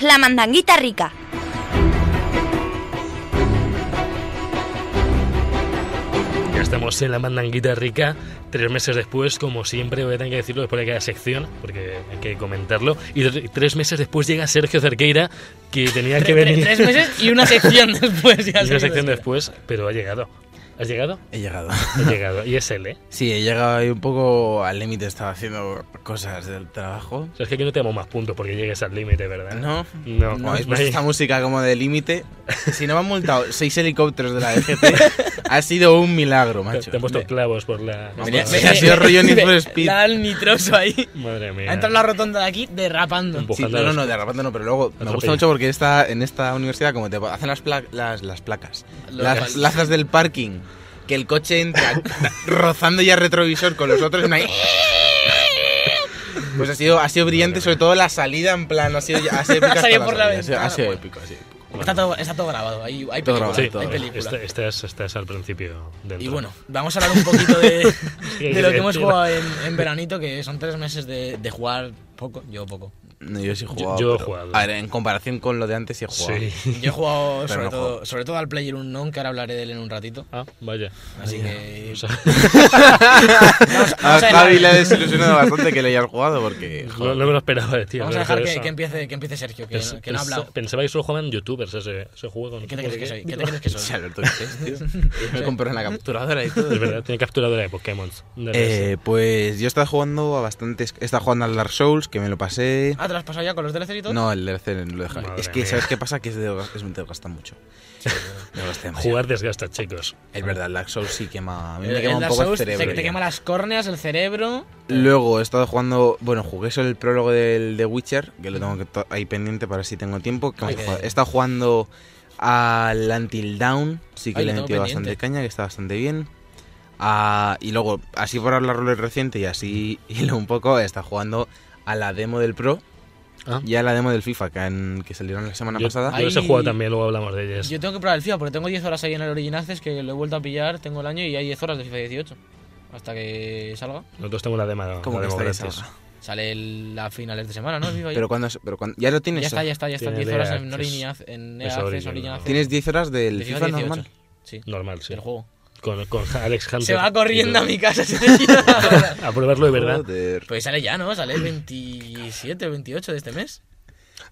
La mandanguita rica. Ya estamos en la mandanguita rica, tres meses después, como siempre, voy a tener que decirlo después de cada sección, porque hay que comentarlo. Y tre- tres meses después llega Sergio Cerqueira, que tenía que Tre- tre- venir Tres meses y una sección después. Ya y una seguimos. sección después, pero ha llegado. ¿Has llegado? He llegado. Ha llegado. Y es él, ¿eh? Sí, he llegado ahí un poco al límite. Estaba haciendo cosas del trabajo. O sea, es que aquí no te damos más puntos porque llegues al límite, ¿verdad? No. No, No, es hay- esta música como de límite. Si no me han multado seis helicópteros de la DGT, ha sido un milagro, te, macho. te han puesto clavos por la... Venía- Madre- venía- Ha sido rollo Need for Speed. Da el nitroso ahí. Madre mía. Ha entrado la rotonda de aquí derrapando. Un poco. Sí, no, no, no, de repente no, pero luego me gusta Atropella. mucho porque esta, en esta universidad, como te hacen las, pla- las, las placas, Lo- las plazas del parking, que el coche entra rozando ya retrovisor con los otros, en una- Pues ha sido, ha sido brillante, sobre todo la salida en plan, ha sido, ha sido épica hasta salido por la salida, ha sido- ha sido ventana. épico, ha sido épico. Está todo, está todo grabado. Hay, hay Todo película. grabado, Sí, todo hay grabado. película. esta- esta Este, es- esta es al principio. dentro. Y bueno, vamos a hablar un poquito de, de lo que hemos Sí, jugado en, en veranito, que son tres meses de, de jugar poco. Yo poco. No, yo sí he jugado. yo he pero- jugado. A ver, en comparación con lo de antes sí he jugado. Sí. Yo he jugado Pero sobre, no todo, juego. sobre todo al Player Unknown, que ahora hablaré de él en un ratito. Ah, vaya. Así que. eh, O sea, Vamos, A vamos a Javi le ha dejar, desilusionado bastante que le hayas jugado porque. no, joder, no me lo esperaba de ti. vamos a Alberto, dejar eso. que, que empiece, que empiece Sergio, que, Pens- no- que no ha pensa- hablado. Pensaba que solo jugaban youtubers ese, ese juego. no ¿Qué te sé por crees que soy? ¿Qué te No. crees que sí, soy? Alberto, ¿qué es, tío? Yo me compré una capturadora y todo. Es verdad, tiene capturadora de E Pokémon. No sé. Eh, pues yo estaba jugando a bastantes. Estaba jugando al Dark Souls, que me lo pasé. Ah, ¿te lo has pasado ya con los DLC y todo? No, el DLC lo dejaré. Madre Es que, mía. ¿sabes qué pasa? Que es de, es, me desgasta mucho. Me desgasta demasiado. Jugar desgasta, chicos. Es verdad, el Dark Souls sí quema. A mí El- me quema Eh, el un Dark poco el Souls te- cerebro. Te, ya. quema las córneas, el cerebro. Luego he estado jugando. Bueno, jugué solo el prólogo del The Witcher, que lo tengo que to- ahí pendiente para si tengo tiempo. ¿Qué más Ay, he que- jugado? He estado jugando al Until Down, sí que Ay, le he lo tengo metido bastante pendiente. caña, que está bastante bien. a- y luego, así por hablarlo reciente y así hilo un poco, está jugando a la demo del Pro Ah. y a la demo del FIFA que, han- que salieron la semana Yo, pasada. yo los he jugado Ahí- también, luego hablamos de ellas. Yo tengo que probar el FIFA porque tengo 10 horas ahí en el Origin Access que lo he vuelto a pillar, tengo el año y hay 10 horas de FIFA 18. Hasta que salga. Nosotros tengo la demo, Como la que demo está ahí, gratis. salga. Sale el- a finales de semana, ¿no? El FIFA ya. Pero cuando es- pero cuando- ya lo tienes. ya está, ¿eh? ya está, ya está. Tiene 10 de horas en Access. Origin Access, en Es Access, Origin, Origin ¿no? Access. Tienes 10 horas del De FIFA 18. normal. Sí, Normal, sí. del juego. Con, con Alex Hunter. Se va corriendo a mi casa. A probarlo de verdad. Joder. pues sale ya, ¿no? Sale el 27 o 28 de este mes.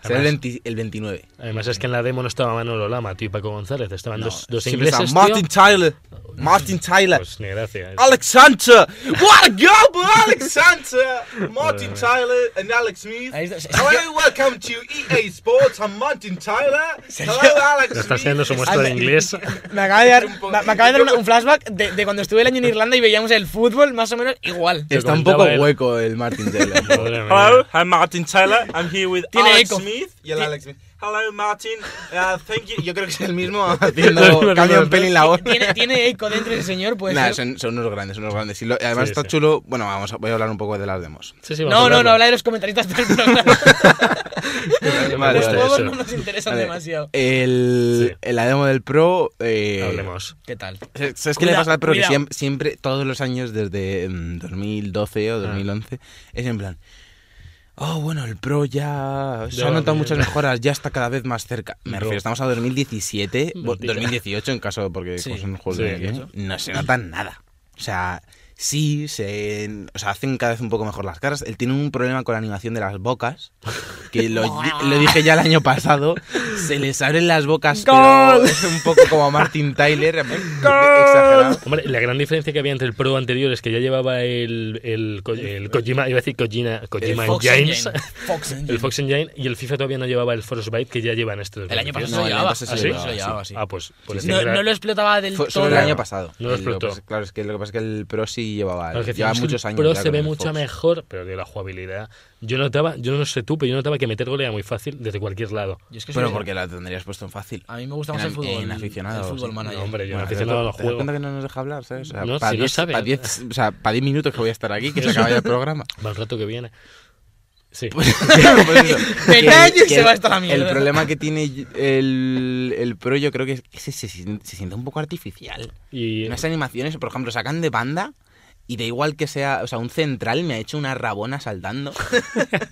Será el, Además, 20 el 29. además es que en la demo no estaba Manolo Lama, tío, y Paco González. Estaban dos, dos Siempre está ingleses, tío. Martin Tyler. Martin Tyler. Pues ni gracia. Alex Sanchez. What a goal by Alex Sanchez. Martin Eh. Tyler and Alex Smith. Ahí está. Hello, welcome to EA Sports. I'm Martin Tyler. Hello, Alex Está Smith. haciendo su muestra de Anda. inglés. Me acaba de dar, me, me acaba de dar una- un flashback de, de cuando estuve el año en Irlanda y veíamos el fútbol más o menos igual. Te Está un comentaba poco él. hueco el Martin Tyler. Madre mía. Hello, I'm Martin Taylor. I'm here with Tiene Ah, Alex eco. Smith. y el Alex Smith. Hello, Martin. Uh, thank you. Yo creo que es el mismo Lo mismo, haciendo cambia ¿verdad? un pelín la voz. Tiene, tiene eco dentro ese señor, pues. Nah, son, son unos grandes, son unos grandes. Y lo- además Sí, está sí. chulo. Bueno, vamos, a- voy a hablar un poco de las demos. Sí, sí, vamos No, a no, no, habla hablarlo. de los comentaristas del programa. Vale, Los vale, juegos eso. no nos interesan Vale, Eh, demasiado. El, Sí. en la demo del Pro. eh, Hablemos. ¿Qué tal? ¿Sabes qué Cuida- le pasa al Pro? Que cuidado. siem- siempre, todos los años, desde mm, 2012 o 2011, es en plan. Oh, bueno, el Pro ya. Se Ya han va notado bien". muchas mejoras, ya está cada vez más cerca. Me No. refiero, estamos a 2017, bo- Mentira. 2018 en caso, porque Sí. como son juegos Sí, de de Game, hecho. no se nota nada. O sea, sí, se, o sea, hacen cada vez un poco mejor las caras. Él tiene un problema con la animación de las bocas, que lo, di- lo dije ya el año pasado. Se les abren las bocas, pero ¡Gol! es un poco como a Martin Tyler. exagerado. Hombre, la gran diferencia que había entre el Pro anterior es que ya llevaba el, el, Ko- el Kojima, iba a decir Kojima, Kojima Fox James, Engine. Fox Engine. el Fox Engine, y el FIFA todavía no llevaba el Frostbite que ya llevan este estos El año pasado No, se el año llevaba. pasado se sí, llevaba, se llevaba, sí. Ah, pues, pues No, decía que no era- lo explotaba del Fue todo. solo el año pasado. No lo El- explotó. pues, claro, es que lo que pasa es que el Pro sí llevaba, Claro, que lleva decíamos que muchos el años. Pro ya se con ve el mucho Fox. mejor, pero de la jugabilidad. Yo notaba, yo no sé tú, pero yo notaba que meter gol era muy fácil desde cualquier lado. Yo es que soy- Pero porque la tendrías puesto en fácil. A mí me gusta En más el am- fútbol. en aficionado, El fútbol sí. manager. No, hombre, yo me Bueno, te das aficionado a cu- los te das juegos. cuenta que no nos deja hablar, ¿sabes? O sea, No, para si no 10 sabe. para 10 o sea, para 10 minutos que voy a estar aquí, que se acaba ya el programa. Va el rato que viene. Sí. Pues, Por eso, Me que- callo y que se va hasta la El mierda. problema que tiene el, el Pro yo creo que es que se, se sien- se siente un poco artificial. Y Unas animaciones, por ejemplo, sacan de banda y da igual que sea, o sea, un central me ha hecho una rabona saltando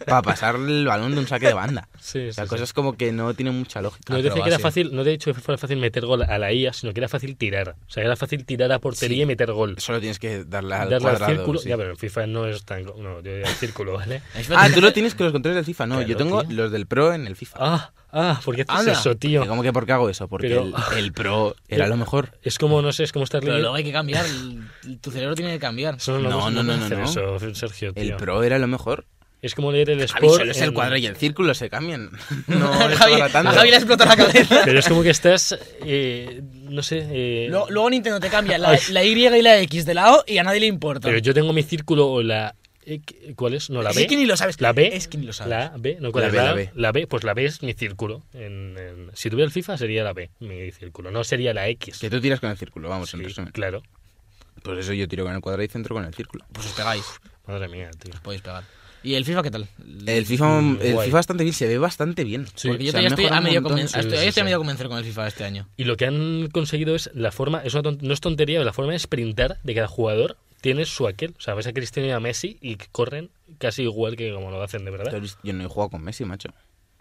para pasar el balón de un saque de banda. sí, O sea, sí, sí. cosas como que no tienen mucha lógica. No decía Pero que era va, sí. fácil, no te he dicho que fuera fácil meter gol a la IA, sino que era fácil tirar. O sea, era fácil tirar a portería y meter gol. Solo tienes que darle al Darle cuadrado. al círculo. sí. Ya, pero en FIFA no es tan. No, yo diría al círculo, ¿vale? Es verdad. Ah, tú lo tienes con los controles del FIFA. No, Claro, yo tengo tío. los del Pro en el FIFA. Ah, ah, ¿por qué haces Anda. eso, tío? ¿Cómo que por qué hago eso? Porque Pero- el, el Pro era lo mejor. Es como, no sé, es como estar Pero leyendo. luego hay que cambiar. el- Tu cerebro tiene que cambiar. Eso No, No, no, no, no, no, no, hacen no. eso, Sergio, El tío. Pro era lo mejor. Es como leer el Javi, Sport. solo es en- el cuadro y el círculo se cambian. No, A es Javi, para tanto. a Javi le explotó la cabeza. Pero es como que estás. eh, no sé. eh, Lo- Luego Nintendo te cambia la, la Y y la X de lado y a nadie le importa. Pero yo tengo mi círculo o la. X- ¿Cuál es? No, la B. Es que ni lo sabes. La B. Es que ni lo sabes. La B. No, ¿cuál La es B, la, la A? B. La B, pues la B es mi círculo. En- en- si tuviera el FIFA sería la B, mi círculo. No sería la X. Que tú tiras con el círculo, vamos, en Sí, resumen. claro. Por eso yo tiro con el cuadrado y centro con el círculo. Pues os pegáis. Madre mía, tío. Os podéis pegar. ¿Y el FIFA qué tal? El FIFA, Mm, el guay. FIFA bastante bien, se ve bastante bien. Sí. Porque yo O sea, todavía estoy mejora a un medio montón. conven- sí, estoy- sí, yo estoy a sí. medio convencer con el FIFA este año. Y lo que han conseguido es la forma, es una ton- no es tontería, la forma de sprintar de cada jugador tiene su aquel. O sea, ves a Cristiano y a Messi y corren casi igual que como lo hacen de verdad. Entonces, Yo no he jugado con Messi, macho.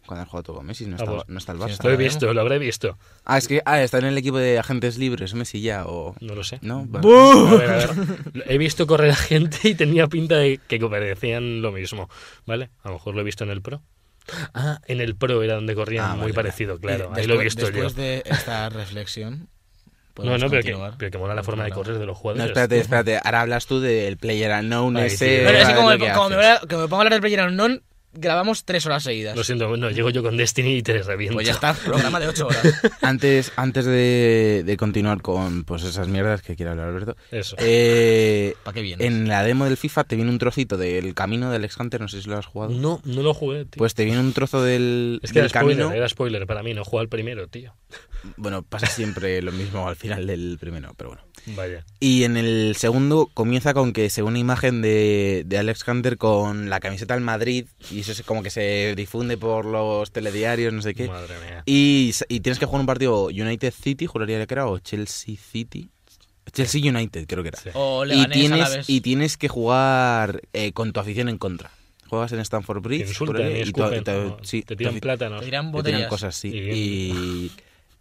Cuando he jugado tú con Messi, no Ah, está, pues, no está el sí, Barça. Lo he Ah, visto, lo habré visto. Ah, es que ah, está en el equipo de agentes libres, Messi ya, o... No lo sé. No, vale. A ver, a ver. He visto correr a gente y tenía pinta de que parecían lo mismo, ¿vale? A lo mejor lo he visto en el Pro. Ah, en el Pro era donde corrían Ah, vale, muy vale. parecido, claro. Y Ahí lo he después- visto yo. Después de esta reflexión. No, podemos no, pero que, continuar. pero que mola la forma de correr de los No, jugadores. espérate, espérate. Ahora hablas tú del player unknown Ay, ese... tío. Pero así a ver como, Eh, lo que como me, haces. voy a- que me pongo a hablar del PlayerUnknown, grabamos tres horas seguidas. Lo siento, no, llego yo con Destiny y te reviento. Pues ya está, programa de ocho horas. Antes, antes de, de continuar con pues esas mierdas que quiere hablar Alberto, Eso. eh, ¿Para qué vienes? en la demo del FIFA te viene un trocito del camino del ex Hunter, no sé si lo has jugado. No, no lo jugué, tío. Pues te viene un trozo del, Mm, es que era del spoiler, eh, camino. era spoiler para mí, no jugué al primero, tío. Bueno, pasa siempre lo mismo al final del primero, pero bueno. Vaya. Y en el segundo comienza con que se ve una imagen de, de Alex Hunter con la camiseta al Madrid y eso es como que se difunde por los telediarios, no sé qué. Madre mía. Y, s- y tienes que jugar un partido United City, juraría que era, o Chelsea City. Chelsea United, creo que era. Sí. O Y Leganés a la tienes, vez. y tienes que jugar eh, con tu afición en contra. Juegas en Stanford Te Bridge. insultan juraría, y y tu- escupen, tu- ¿no? sí, te tu tiran afi- plátanos. Te dirán te tiran botellas. cosas, sí. Y bien. Y,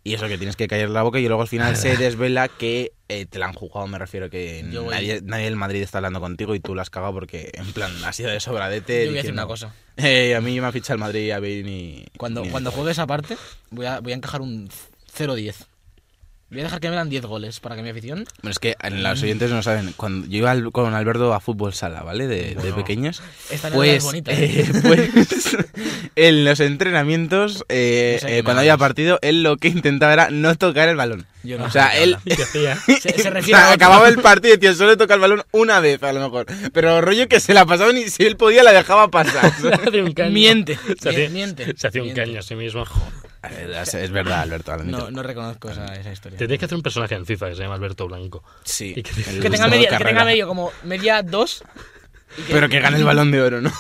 y eso que tienes que callar la boca y luego al final se desvela que eh, te la han jugado, me refiero que Yo voy- nadie, nadie del Madrid está hablando contigo y tú la has cagado porque en plan ha sido de sobradete. Yo voy a decir diciendo, una cosa. "Eh, a mí me ha fichado el Madrid a Bale ni... Cuando, ni- cuando juegue esa parte, voy a, voy a encajar un 0-10. Voy a dejar que me dan 10 goles para que mi afición. Bueno, es que los oyentes no saben. Cuando yo iba al- con Alberto a fútbol sala, ¿vale? De, de Bueno. pequeños. Esta anécdota es Pues, bonita. eh, pues en los entrenamientos, eh, No sé qué eh, cuando me había hablas. partido, él lo que intentaba era no tocar el balón. Yo no o sé sea, de qué él ¿Y qué hacía? Se, se refiere O sea, a otro. acababa el partido, tío, solo toca el balón una vez a lo mejor. Pero rollo que se la pasaba ni si él podía la dejaba pasar. Hace un caño. Miente. Se hacía, Miente. se hacía un Miente. caño a sí mismo. A ver, es, es verdad, Alberto. lo admito. No, no reconozco esa, esa historia. Te tienes que hacer un personaje en FIFA que se llama Alberto Blanco. Sí. Y que te- el Que tenga, modo media, que carrera. tenga medio como media 2. Pero que gane el balón de oro, ¿no?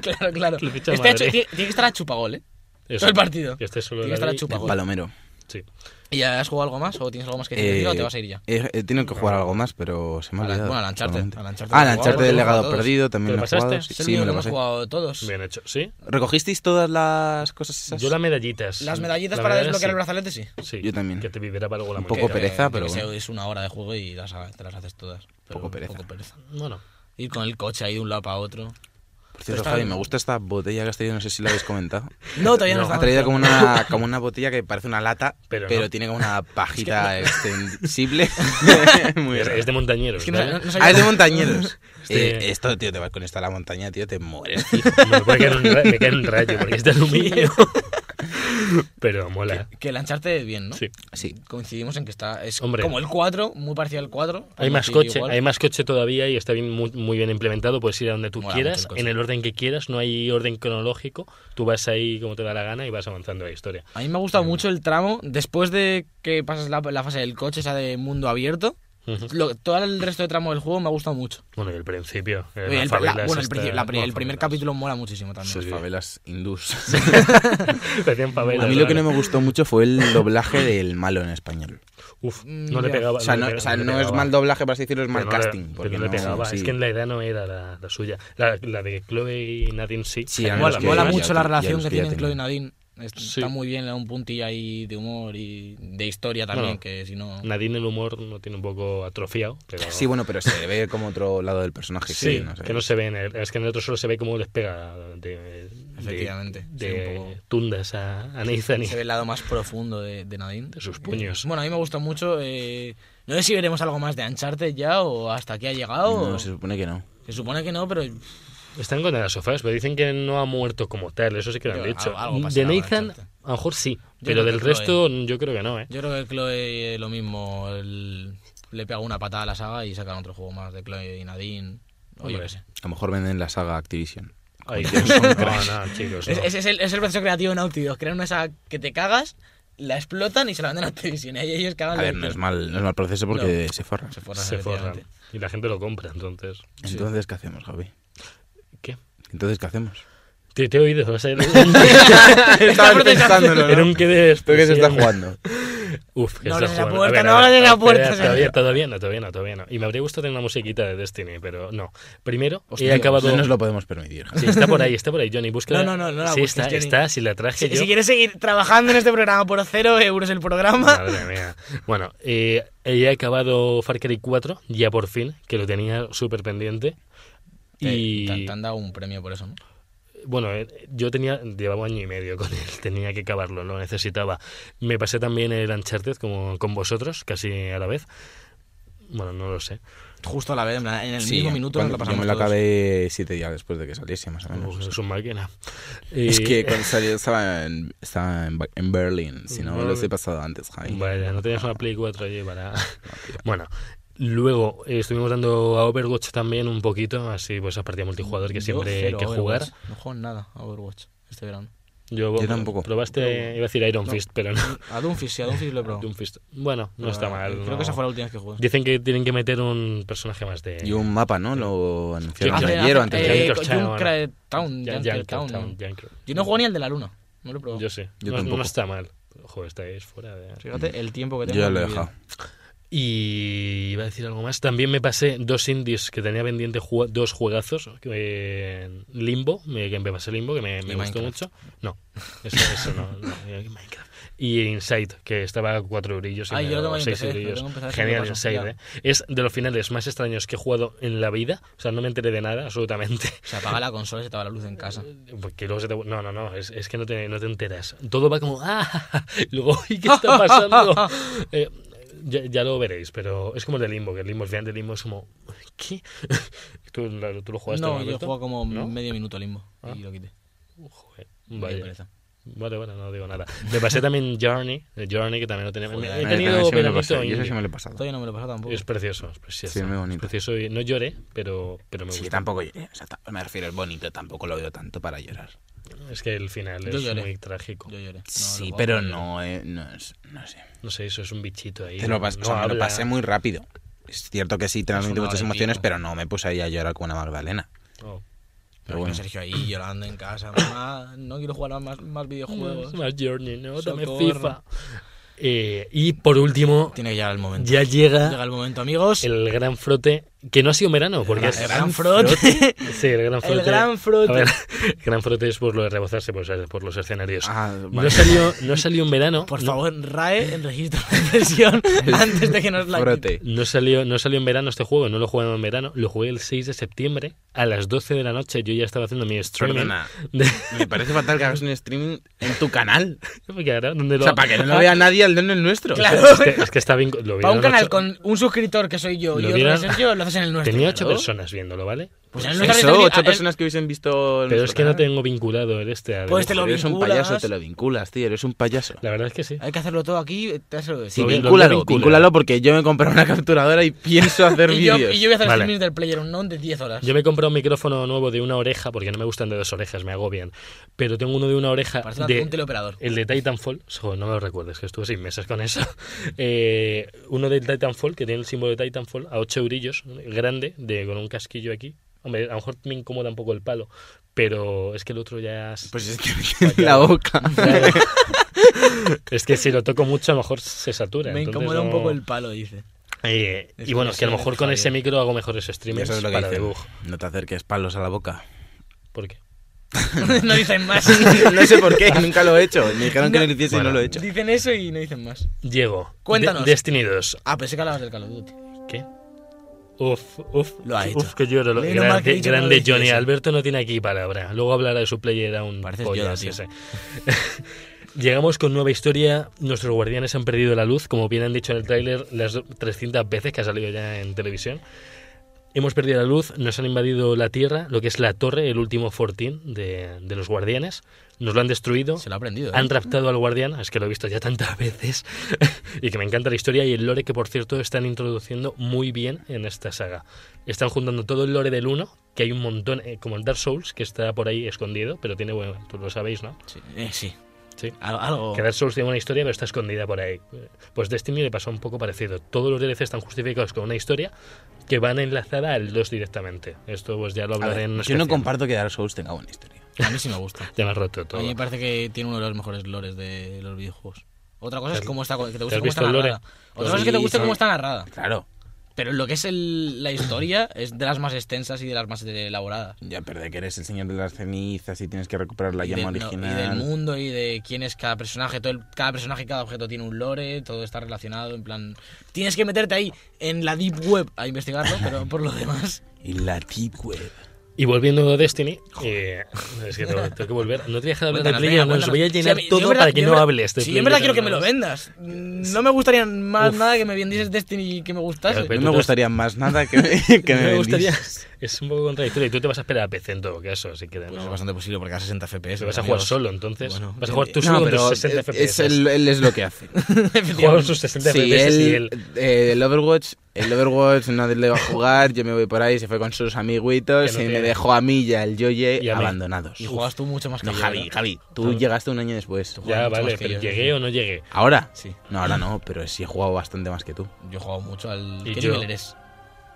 claro, claro. Le ficha Este Madrid. hecho- tiene, tiene que estar a chupagol, ¿eh? Eso. Todo el partido. Que esté solo Tiene que en la estar a ley. chupagol. Palomero. Sí. ¿Y ya has jugado algo más? ¿O tienes algo más que decir Eh, o te vas a ir ya? He, he tenido que jugar algo más, pero se me ha A la- olvidado. bueno, al Uncharted, solamente. al Uncharted lo he Ah, al jugado, Uncharted lo he del jugado legado todos. perdido también ¿Te lo lo he jugado. pasaste? Sí, Es el sí, único me que lo hemos pasé. jugado todos. Bien hecho. ¿Sí? ¿Recogisteis todas las cosas esas? Yo las medallitas. Las medallitas La para medalla desbloquear sí. el brazalete, sí. Sí, Yo también. Que te viviera para algo la Un muñeca. poco pereza, yo pero qué sé, bueno. Es una hora de juego y las, ha- te las haces todas. Pero Poco pereza. Poco pereza. Bueno, Ir con el coche ahí de un lado para otro. Por cierto, Está Javi, bien. me gusta esta botella que has traído, no sé si la habéis comentado. No, todavía no, No, está. Ha traído como una, como una botella que parece una lata, Pero pero, no. tiene como una pajita extensible. Muy es, raro. es de montañeros. Es que no, ¿vale? no- no Ah, sabía- es de montañeros. Este- Eh, esto, tío, te vas con esto a la montaña, tío, te mueres. tío. Me puede caer un, ra- me cae un rayo porque es de aluminio. Pero mola. Que lancharte bien, ¿no? Sí. Sí. Coincidimos en que está. Es Hombre. como el 4, muy parecido al 4. Hay más coche, hay más coche todavía y está bien, muy, muy bien implementado. Puedes ir a donde tú Mola mucho quieras, el coche. en el orden que quieras. No hay orden cronológico. Tú vas ahí como te da la gana y vas avanzando la historia. A mí me ha gustado mucho el tramo. Después de que pasas la, la fase del coche, esa de mundo abierto, Ujú. lo- todo el resto de tramo del juego me ha gustado mucho. Bueno, y el principio. eh, Oye, las el, favelas la- bueno, el, estas- principio- la pri- bueno, el primer favelas. capítulo mola muchísimo también. Sí. Las favelas hindús. Parecían favelas, A mí lo que vale. Ah, no me gustó mucho fue el doblaje del malo en español. Uf, Mm, no le ya. pegaba. O sea, no, le o sea, pegaba, no le es pegaba. mal doblaje, para así decirlo, es mal Pero no le- casting. pero Porque no le pegaba. sí. Es que la idea no era la, la suya. La, la de Chloe y Nadine sí. Sí, Genial, además mola, la que- mola verdad. ya mucho te- la ya relación los que que ya tienen Chloe y tenía. Nadine. Est- Sí. Está muy bien, le da un puntillo ahí de humor y de historia también, Bueno. que si no... Nadine el humor no tiene un poco atrofiado. Pero... Sí, bueno, pero se ve como otro lado del personaje. Sí, que no sé. que no se ve en el, es que en el otro solo se ve cómo les pega de, de- Efectivamente, sí, de un poco. tundas a, a Nathan y Se ve el lado más profundo de, de Nadine. de sus puños. Bueno, a mí me gustó mucho. eh, no sé si veremos algo más de Uncharted ya o hasta aquí ha llegado. No, o- se supone que no. Se supone que no, pero Están con las sofás, pero dicen que no ha muerto como tal, eso sí que lo han Yo- dicho. algo- algo de pasará con Nathan, Uncharted. a lo mejor sí, creo pero que del Chloe. resto yo creo que no, ¿eh? yo creo que Chloe eh, lo mismo. el- le pega una patada a la saga y sacan otro juego más de Chloe y Nadine. O yo Hombre. qué sé. A lo mejor venden la saga Activision. Ay, Dios, no, no, chicos. Pues no. Es, es- es el, es el proceso creativo de Naughty Dog. Crean una saga que te cagas, la explotan y se la venden a Activision. Y ahí ellos cagan A ver, no es mal, no es mal proceso porque se forra. Se forran. Se forran. efectivamente. Y la gente lo compra, entonces. Entonces, ¿qué hacemos, Javi? ¿Qué? Entonces, ¿qué hacemos? Te, te he oído, o sea, era Estaba pensándolo, un, era un que de ¿Pero qué Pues se está expresión. jugando? Uf, que No se abres la jugando. puerta, A no a abres la espera, puerta, Todavía, señor. todavía no, todavía no, todavía no. Y me habría gustado tener una musiquita de Destiny, pero no. Primero, Hostia, he acabado. No nos lo podemos permitir. Sí, está por ahí, está por ahí, Johnny. Busca. No, no, no, no la sí, busques, está, Johnny. está, si la traje Si, yo. si quieres seguir trabajando en este programa por cero euros el programa, Madre mía. Bueno, eh, he acabado Far Cry 4, ya por fin, que lo tenía súper pendiente. Y. Eh, te, te han dado un premio por eso, ¿no? Bueno, eh, yo tenía llevaba año y medio con él, tenía que acabarlo, lo necesitaba. Me pasé también el Uncharted como con vosotros, casi a la vez. Bueno, no lo sé. justo a la vez, en plan, en el Sí, mismo minuto nos cuando- lo yo pasamos. me lo todos. acabé siete días después de que saliese, más o menos. Uf, Pues es un máquina. Es Eh, que cuando salió estaba en, estaba en, Ba- en Berlín, si no me los he pasado antes, Javi. Vaya, no tenías una Play 4 allí para... Bueno, luego eh, estuvimos dando a Overwatch también un poquito, así pues a partida multijugador que Yo siempre hay cero que jugar. Overwatch. No juego nada a Overwatch este verano. Yo, bueno, tampoco. Probaste, iba a decir Iron Fist, pero no. A Doomfist, sí, a Doomfist lo he probado. Doom Fist. Bueno, no Pero, está eh, mal. Creo no. que esa fue la última vez que jugué. Dicen que tienen que meter un personaje más de... Y un mapa, ¿no? Lo anunciaron Hace- ayer o antes de eh, ayer. Junker Town, Junker Town, Jan- Junker Junker Town. Town, Junker. Yo no juego ni el de la luna. No lo he probado. Yo sé. Yo no, tampoco. no está mal. Joder, estáis fuera de... Fíjate el tiempo que Yo tengo. Mm. ya en lo he mi vida. dejado. Y iba a decir algo más. También me pasé dos indies que tenía pendiente jue- dos juegazos. eh, Limbo, me, que me pasé Limbo, que me, me Y gustó mucho. No, eso, eso no. no, eh, Minecraft. Y Inside, que estaba a cuatro eurillos. y Ay, me Ah, yo lo daba tengo que seis empezar, lo eurillos. tengo que empezar, que me Genial, lo paso, Inside, ¿eh? Es de los finales más extraños que he jugado en la vida. O sea, no me enteré de nada, absolutamente. Se apaga la consola y se te va la luz en casa. Porque Pues luego se te... No, no, no, es, es que no te, no te enteras. Todo va como... ¡Ah! y Luego, "Uy, ¿qué está pasando? Eh, ya, ya lo veréis, pero es como el de Limbo, que el Limbo, el final de Limbo es como... ¿Qué? ¿Tú, la- tú lo jugaste? No, yo Alberto? juego como este ¿No? medio minuto limbo Ah. y lo quité. Joder, Me dio vaya. pereza. Vale, vale, no digo nada. Me pasé también Journey, eh, Journey que también lo tenemos. Joder, He eh, Yo tenido sí me lo he veranito pasado, yo indie. eso sí me lo he pasado. Todavía no me lo he pasado tampoco. Es precioso, es precioso. Sí, muy bonito. Es precioso y no lloré, pero, pero me Sí, gustó. tampoco lloré. O sea, ta- me refiero, es bonito, tampoco lo veo tanto para llorar. Es que el final Yo es lloré. muy trágico. Yo lloré. No, lo sí, puedo pero hacer. no, eh, no, es, no sé. No sé, eso es un bichito ahí. Te lo, pas- no o sea, me lo habla. pasé muy rápido. Es cierto que sí, transmite una hora muchas y emociones, pico. pero no me puse ahí a llorar como una Magdalena. Oh. Pero Imagino bueno. a Sergio ahí llorando en casa. Mamá, no quiero jugar a más, más videojuegos. Más Journey, ¿no? Dame Socorro. FIFA. Eh, y por último, Tiene que llegar el momento. ya Llega llega el momento, amigos. el gran frote, que no ha sido en verano, porque es... el gran frote. Sí, el gran frote. El gran frote. A ver, el gran frote es por lo de rebozarse por, por los escenarios. Ah, No vale. salió, no salió en verano. Por no- favor, RAE en registro de inversión antes de que nos la Frote. quiten. No salió, no salió en verano este juego, no lo jugué en verano, lo jugué el 6 de septiembre a las 12 de la noche. Yo ya estaba haciendo mi streaming. Perdona. de- Me parece fatal que hagas un streaming en tu canal. porque ahora, ¿dónde O lo- sea, para que no lo vea nadie, al en el nuestro. Claro. Es que, es que está bien. Lo Para un vieron canal ocho- con un suscriptor que soy yo Lo y otro vieron- que Sergio, lo haces en el nuestro. Tenía ocho claro. personas viéndolo, ¿vale? Pues en el nuestro Eso, tendría- ocho el- personas que hubiesen visto. Pero nuestro es que no canal. tengo vinculado el este. al- Pues te lo Eres un vinculas. payaso, te lo vinculas, tío. Eres un payaso. La verdad es que sí. Hay que hacerlo todo aquí. Te has Sí, Lo vi- lo vincúlalo, vincula. vincúlalo porque yo me compré una capturadora y pienso hacer y, yo, y yo vídeos. voy a hacer Vale. streaming del player unknown de 10 horas. Yo me he comprado un micrófono nuevo de una oreja, porque no me gustan de dos orejas, me agobian. Pero tengo uno de una oreja Parece una- un de... teleoperador. El de Titanfall, joder, no me lo recuerdes, que estuve seis meses con eso. Eh, uno del Titanfall, que tiene el símbolo de Titanfall, a 8 eurillos, grande, de, con un casquillo aquí. Hombre, a lo mejor me incomoda un poco el palo, pero es que el otro ya... es- Pues es que la boca. es que si lo toco mucho a lo mejor se satura. Me entonces incomoda un no- poco el palo, dice. Eh, Es y bueno, que es que a lo sí, mejor con Javier. ese micro hago mejores streamers Eso es lo que para dicen. dibujo. No te acerques palos a la boca. ¿Por qué? no dicen más. no sé por qué, nunca lo he hecho. Me dijeron que no lo hiciese Bueno. y no lo he hecho. dicen eso y no dicen más. Diego, Cuéntanos. De- Destiny 2. Ah, pensé que hablabas del Call of Duty. ¿Qué? Uf, uf, Lo ha uf, hecho. que lloro. Lo- Menos mal que Grande, he dicho que no grande lo dijese. Johnny. Alberto no tiene aquí palabra. Luego hablará de su player a un Pareces pollas Yoda, ese. Llegamos con nueva historia. Nuestros guardianes han perdido la luz, como bien han dicho en el tráiler las do- 300 veces que ha salido ya en televisión. Hemos perdido la luz, nos han invadido la Tierra, lo que es la torre, el último fortín de, de los guardianes. Nos lo han destruido. Se lo ha aprendido. ¿eh? Han raptado al guardián, es que lo he visto ya tantas veces, y que me encanta la historia y el lore que, por cierto, están introduciendo muy bien en esta saga. Están juntando todo el lore del 1, que hay un montón, eh, como el Dark Souls, que está por ahí escondido, pero tiene, bueno, tú lo sabéis, ¿no? Sí. Eh, sí. Sí. Al- Oh. Algo. Que Dark Souls tiene una historia, pero está escondida por ahí. Pues Destiny le pasó un poco parecido. Todos los DLC están justificados con una historia que van enlazada al 2 directamente. Esto pues ya lo A hablaré ver, en yo no especial. comparto que Dark Souls tenga buena historia. A mí sí me gusta. Ya me has roto A todo. mí me parece que tiene uno de los mejores lores de los videojuegos. Otra cosa ¿Te es has- cómo está, que te gusta has cómo visto está el lore? narrada. Otra Pues cosa es que te sí, guste sí. cómo está narrada. Claro. Pero lo que es el- la historia es de las más extensas y de las más elaboradas. Ya, pero de que eres el señor de las cenizas y tienes que recuperar la y, llama del- no, y original. del mundo y de quién es cada personaje. Todo el- cada personaje y cada objeto tiene un lore, todo está relacionado. En plan, tienes que meterte ahí en la deep web a investigarlo, pero por lo demás. Y la deep web. Y volviendo a Destiny, eh, es que tengo, tengo que volver. No te dejas hablar de Cuéntanos, Player venga, Unknown's. Voy a cuéntanos. llenar Sí, yo en todo verdad- para que yo en no verdad- hables. de Sí, yo Player en verdad quiero que me lo Unknown's. vendas. Mm, No me gustaría más Uf. pues, nada que me vendieses Destiny y que me gustase. Pero No tú me te- gustaría más nada que me, que No me me gustaría. vendieses. Es un poco contradictorio. Y tú te vas a esperar a PC en todo caso, así que Pues es no. bastante posible porque a 60 FPS. Pero vas a amigos. jugar solo, entonces. Bueno, vas a jugar tú eh, solo no, en tus pero 60 es- FPS. es el- él es lo que hace. Juega en sus 60 Sí, FPS él, y él. eh, el Overwatch, el Overwatch nadie le va a jugar, yo me voy por ahí, se fue con sus amiguitos Que no y tiene- me dejó a mí y al Yoye Y a mí. abandonados. Y juegas tú mucho más que No, yo, ¿eh? Javi, ¿verdad? Javi, tú Todo. llegaste un año después. Tú Ya, juegas mucho vale, más que pero yo. llegué o no llegué. ¿Ahora? Sí. No, ahora no, pero sí he jugado bastante más que tú. Yo he jugado mucho al... Y ¿Qué yo. nivel eres?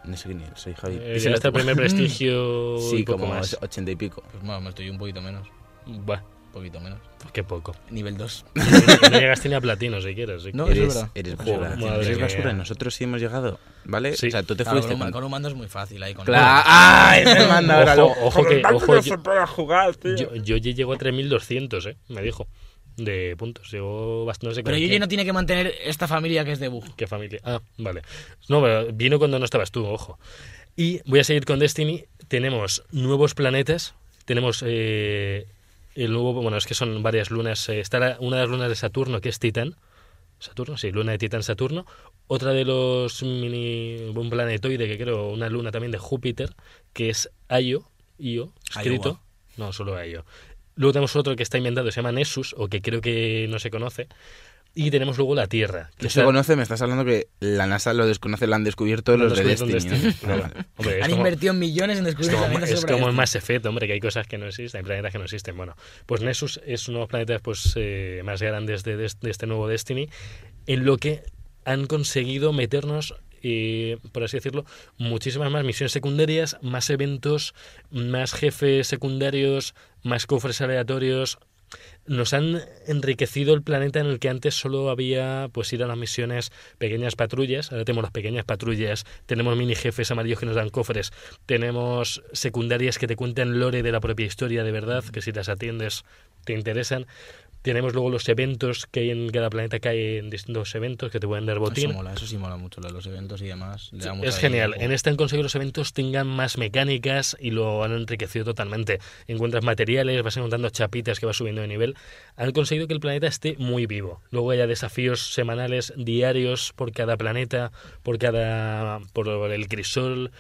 No sé qué nivel soy, Javi. Eh, Díselo Llegaste al tú. primer prestigio y Sí, poco como más. 80 y pico. Pues bueno, me estoy un poquito menos. Buah, Un poquito menos. pues qué poco. Nivel 2. no llegaste ni a platino si quieres. así que- No, eso es eres, verdad. eres Joder, basura. madre eres mía. basura. Nosotros sí hemos llegado, ¿vale? Sí. O sea, tú te Claro, fuiste. con, un, man. con un mando es muy fácil ahí. Con Claro. ¡Ay! Me manda ahora Ojo, luego. ojo que. Con el Ojo, Valkyrie yo, se puede jugar, tío. yo, yo ya llego a 3200, ¿eh? Me dijo. De puntos. Llegó bast- No sé Pero con Yuji quién. no tiene que mantener esta familia que es de Bug. ¿Qué familia? Ah, vale. No, pero vino cuando no estabas tú, ojo. Y voy a seguir con Destiny. Tenemos nuevos planetas. Tenemos eh, el nuevo. Bueno, es que son varias lunas. eh, está la- una de las lunas de Saturno, que es Titán. Saturno, sí, luna de Titán Saturno. Otra de los mini. Un planetoide que creo, una luna también de Júpiter, que es Io. Io, escrito. Iowa. No, solo Io. Luego tenemos otro que está inventado, se llama Nessus, o que creo que no se conoce. Y tenemos luego la Tierra. que Que se está- conoce, me estás hablando que la NASA lo desconoce, lo han descubierto los de descubierto Destiny. en ¿no? Destiny, claro. Ah, vale. Hombre, es Han como- invertido millones en es descubrir como, planetas es sobre como en Destiny. Mass Effect, hombre, que hay cosas que no existen, hay planetas que no existen. Bueno, pues Nessus es uno de los planetas pues, eh, más grandes de, des- de este nuevo Destiny, en lo que han conseguido meternos, eh, por así decirlo, muchísimas más misiones secundarias, más eventos, más jefes secundarios, más cofres aleatorios. Nos han enriquecido el planeta en el que antes solo había pues ir a las misiones pequeñas patrullas. Ahora tenemos las pequeñas patrullas, tenemos mini jefes amarillos que nos dan cofres, tenemos secundarias que te cuentan lore de la propia historia de verdad, que si las atiendes te interesan. Tenemos luego los eventos que hay en cada planeta, que hay en distintos eventos que te pueden dar botín. Eso mola, eso sí mola mucho, lo de los eventos y demás. le da mucha Es vida genial. al juego. En este han conseguido que los eventos tengan más mecánicas y lo han enriquecido totalmente. Encuentras materiales, vas encontrando chapitas que vas subiendo de nivel. Han conseguido que el planeta esté muy vivo. Luego haya desafíos semanales, diarios, por cada planeta, por cada. por el crisol,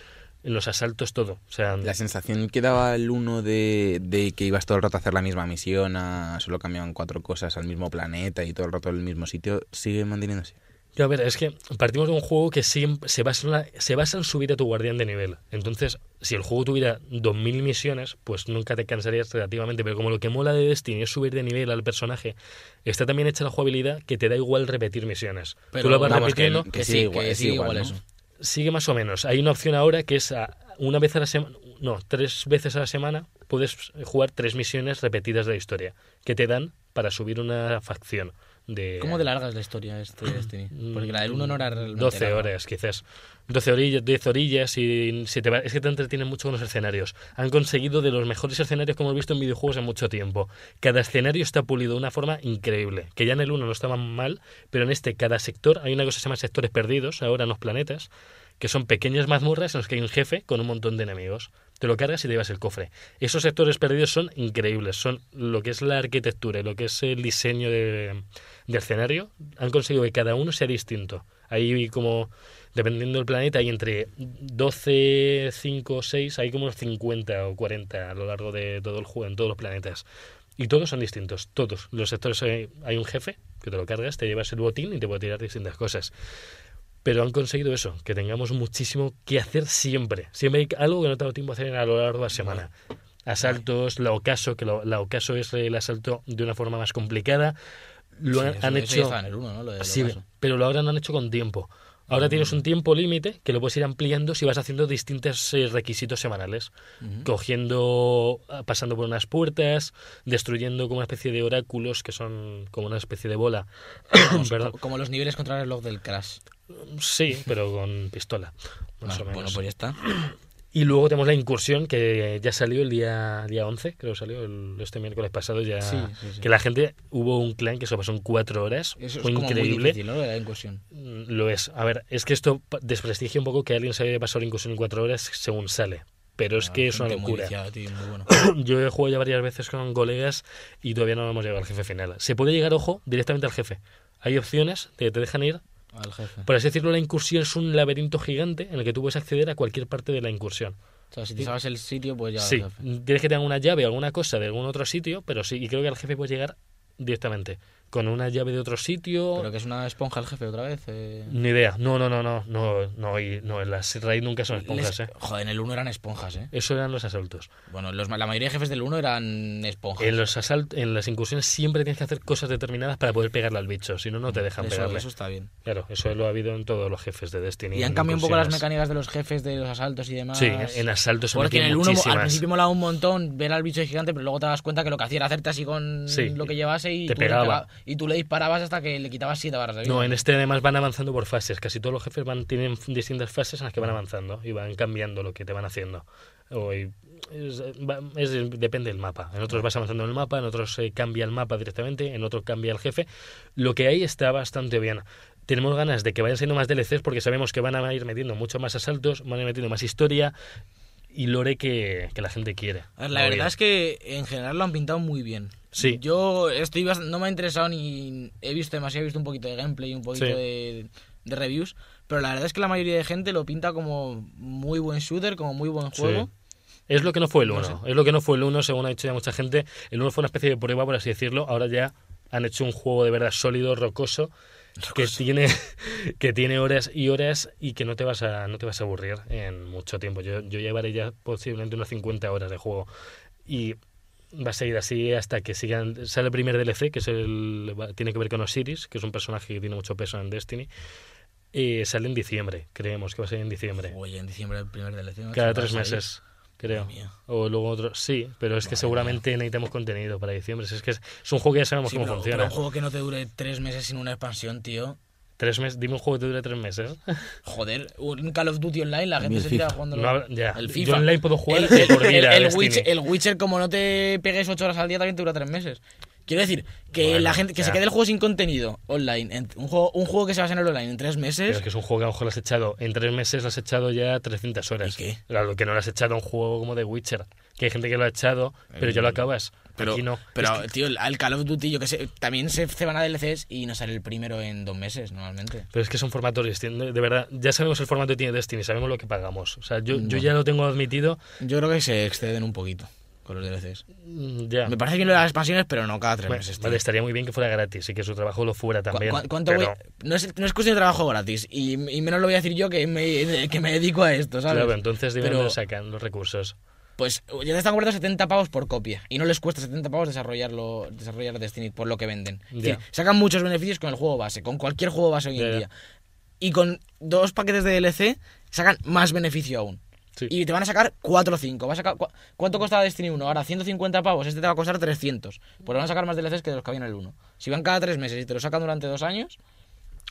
en los asaltos, todo. O sea, La sensación que daba el uno de, de que ibas todo el rato a hacer la misma misión, a- solo cambiaban cuatro cosas al mismo planeta y todo el rato al mismo sitio, sigue manteniéndose. Yo, a ver, es que partimos de un juego que siempre se basa, en la- se basa en subir a tu guardián de nivel. Entonces, si el juego tuviera 2.000 misiones, pues nunca te cansarías relativamente. Pero como lo que mola de Destiny es subir de nivel al personaje, está también hecha la jugabilidad que te da igual repetir misiones. Pero Tú lo vas vamos, repitiendo, Que, Que sí, sigue igual- que que sigue sigue igual igual, eso. ¿no? sigue más o menos. Hay una opción ahora que es a- una vez a la semana, no, tres veces a la semana puedes jugar tres misiones repetidas de la historia que te dan para subir una facción. De, ¿Cómo de larga es la historia este Destiny? Porque la del 1 no era realmente 12 larga. Mm. horas, quizás. 12 orillas, 10 orillas y si te va- es que te entretienen mucho con los escenarios. Han conseguido de los mejores escenarios que hemos visto en videojuegos en mucho tiempo. Cada escenario está pulido de una forma increíble, que ya en el 1 no estaban mal, pero en este cada sector, hay una cosa que se llama sectores perdidos, ahora en los planetas, que son pequeñas mazmorras en las que hay un jefe con un montón de enemigos. Te lo cargas y te llevas el cofre. Esos sectores perdidos son increíbles, son lo que es la arquitectura y lo que es el diseño de, de escenario. Han conseguido que cada uno sea distinto. Hay como, dependiendo del planeta, hay entre 12, 5, 6, hay como unos 50 o 40 a lo largo de todo el juego, en todos los planetas. Y todos son distintos, todos. Los sectores hay, hay un jefe que te lo cargas, te llevas el botín y te puede tirar distintas cosas. Pero han conseguido eso, que tengamos muchísimo que hacer siempre. Siempre hay algo que no tengo tiempo a hacer a lo largo de la semana. Asaltos, la ocaso, que la, la ocaso es el asalto de una forma más complicada. Lo Sí, han, eso- han eso ya hecho. estaba en el Mm. 1, ¿no? Lo de lo Sí, caso. pero lo ahora lo han hecho con tiempo. Ahora tienes un tiempo límite que lo puedes ir ampliando si vas haciendo distintos eh, requisitos semanales. Cogiendo, ah, pasando por unas puertas, destruyendo como una especie de oráculos que son como una especie de bola. Perdón. Co- Como los niveles contra el reloj del Crash. Sí, pero con pistola. Más Ah, o menos. Bueno, pues ya está. Y luego tenemos la incursión que ya salió el día, día 11, creo que salió el- este miércoles pasado ya. Sí, sí, sí. Que la gente, hubo un clan que se lo pasó en cuatro horas. Eso es fue como increíble. muy difícil, ¿no? Lo de la incursión. Mm, Lo es. A ver, es que esto pa- desprestigia un poco que alguien se haya pasado la incursión en cuatro horas según sale. pero es que es una locura. Ah, muy bueno. Yo he jugado ya varias veces con colegas y todavía no hemos llegado al jefe final. Se puede llegar, ojo, directamente al jefe. Hay opciones, te, te dejan ir. Al jefe. Por así decirlo, la incursión es un laberinto gigante en el que tú puedes acceder a cualquier parte de la incursión. O sea, si te sabes el sitio, pues ya. Sí, tienes que tener una llave o alguna cosa de algún otro sitio, pero sí, y creo que al jefe puedes llegar directamente. Con una llave de otro sitio. Pero que es una esponja el jefe otra vez. eh. Ni idea. No, no, no, no, no, no, y- no, en las raid nunca son esponjas, Les- ¿eh? Joder, en el 1 eran esponjas, ¿eh? Eso eran los asaltos. Bueno, los, la mayoría de jefes del 1 eran esponjas. En los asalt en las incursiones siempre tienes que hacer cosas determinadas para poder pegarle al bicho, si no, no te dejan Mm, eso, pegarle. eso está bien. Claro, eso lo ha habido en todos los jefes de Destiny. Y han en cambiado un poco las incursiones. mecánicas de los jefes, de los asaltos y demás. Sí, en asaltos se Porque en metían el 1 al muchísimas. principio molaba un montón ver al bicho gigante, pero luego te das cuenta que lo que hacía era hacerte así con Sí, lo que llevase y te tú, le pegaba. pega- y tú le disparabas hasta que le quitabas 7 barras de vida. No, en este además van avanzando por fases. Casi todos los jefes van tienen distintas fases en las que van avanzando y van cambiando lo que te van haciendo. O, y- es- va- es- depende del mapa. En otros vas avanzando en el mapa, en otros eh, cambia el mapa directamente, en otros cambia el jefe. Lo que hay está bastante bien. Tenemos ganas de que vayan siendo más DLCs porque sabemos que van a ir metiendo mucho más asaltos, van a ir metiendo más historia y lore que, que la gente quiere. A ver, La verdad es que en general lo han pintado muy bien. Sí. Yo estoy bast- no me ha interesado ni he visto demasiado, he visto un poquito de gameplay, un poquito Sí. de, de reviews, pero la verdad es que la mayoría de gente lo pinta como muy buen shooter, como muy buen Sí. juego. Es lo que no fue el No 1. Es lo que no fue el 1, según ha dicho ya mucha gente. El 1 fue una especie de prueba, por así decirlo. Ahora ya han hecho un juego de verdad sólido, rocoso, que tiene que tiene horas y horas y que no te vas a no te vas a aburrir en mucho tiempo. Yo, yo llevaré ya posiblemente unas 50 horas de juego y va a seguir así hasta que sigan sale el primer DLC que es el va- tiene que ver con Osiris, que es un personaje que tiene mucho peso en Destiny. Eh, sale en diciembre, creemos que va a salir en diciembre. Oye, en diciembre el primer DLC. ¿no? Cada Te tres vas a ir. meses, creo. Madre mía. O luego otro. Sí, pero es que seguramente necesitamos contenido para diciembre. Si Es que es, es un juego que ya sabemos Sí, cómo pero- pero funciona. un juego que no te dure tres meses sin una expansión, tío. Tres meses, dime un juego que te dure tres meses. Joder, un Call of Duty Online, la mí gente el se tira FIFA. jugando. No hab- ya. El Yo FIFA. online puedo jugar el, el- por vida, el- el Destiny. Witcher, el Witcher, como no te pegues 8 horas al día, también te dura 3 meses. Quiero decir, que Bueno, la gente que ya. se quede el juego sin contenido online, en- un, juego, un juego que se basa en el online en 3 Pero meses. es que es un juego que a lo mejor lo has echado en tres meses, lo has echado ya 300 horas. ¿Y qué? Claro, que no lo has echado a un juego como The Witcher. Que hay gente que lo ha echado, pero ya lo acabas. Eh, Pero, Aquí no. pero Es que- tío, al Call of Duty, yo que sé, también se, se van a DLCs y no sale el primero en 2 meses, normalmente. Pero es que son formatos distintos. De verdad, ya sabemos el formato que tiene Destiny, sabemos lo que pagamos. O sea, yo, yo ya lo tengo admitido. Yo creo que se exceden un poquito con los DLCs. mm, Ya. Me parece bien lo de las expansiones, pero no cada 3 Bueno, meses. tío. vale, estaría muy bien que fuera gratis y que su trabajo lo fuera ¿Cu- también. cu- cuánto pero, voy- no, es, no es cuestión de trabajo gratis y, y menos lo voy a decir yo que me, que me dedico a esto, ¿sabes? Claro, entonces dime Pero- dónde sacan los recursos. Pues ya te están cobrando 70 pavos por copia y no les cuesta 70 pavos desarrollarlo, desarrollar Destiny por lo que venden. Es Ya. decir, sacan muchos beneficios con el juego base, con cualquier juego base hoy en Ya, ya. día. Y con dos paquetes de DLC sacan más beneficio aún. Sí. Y te van a sacar 4 o 5. Va a sacar, cua- ¿Cuánto costaba Destiny 1? Ahora 150 pavos, este te va a costar 300. Pues van a sacar más DLCs que de los que había en el 1. Si van cada 3 meses y te lo sacan durante 2 años,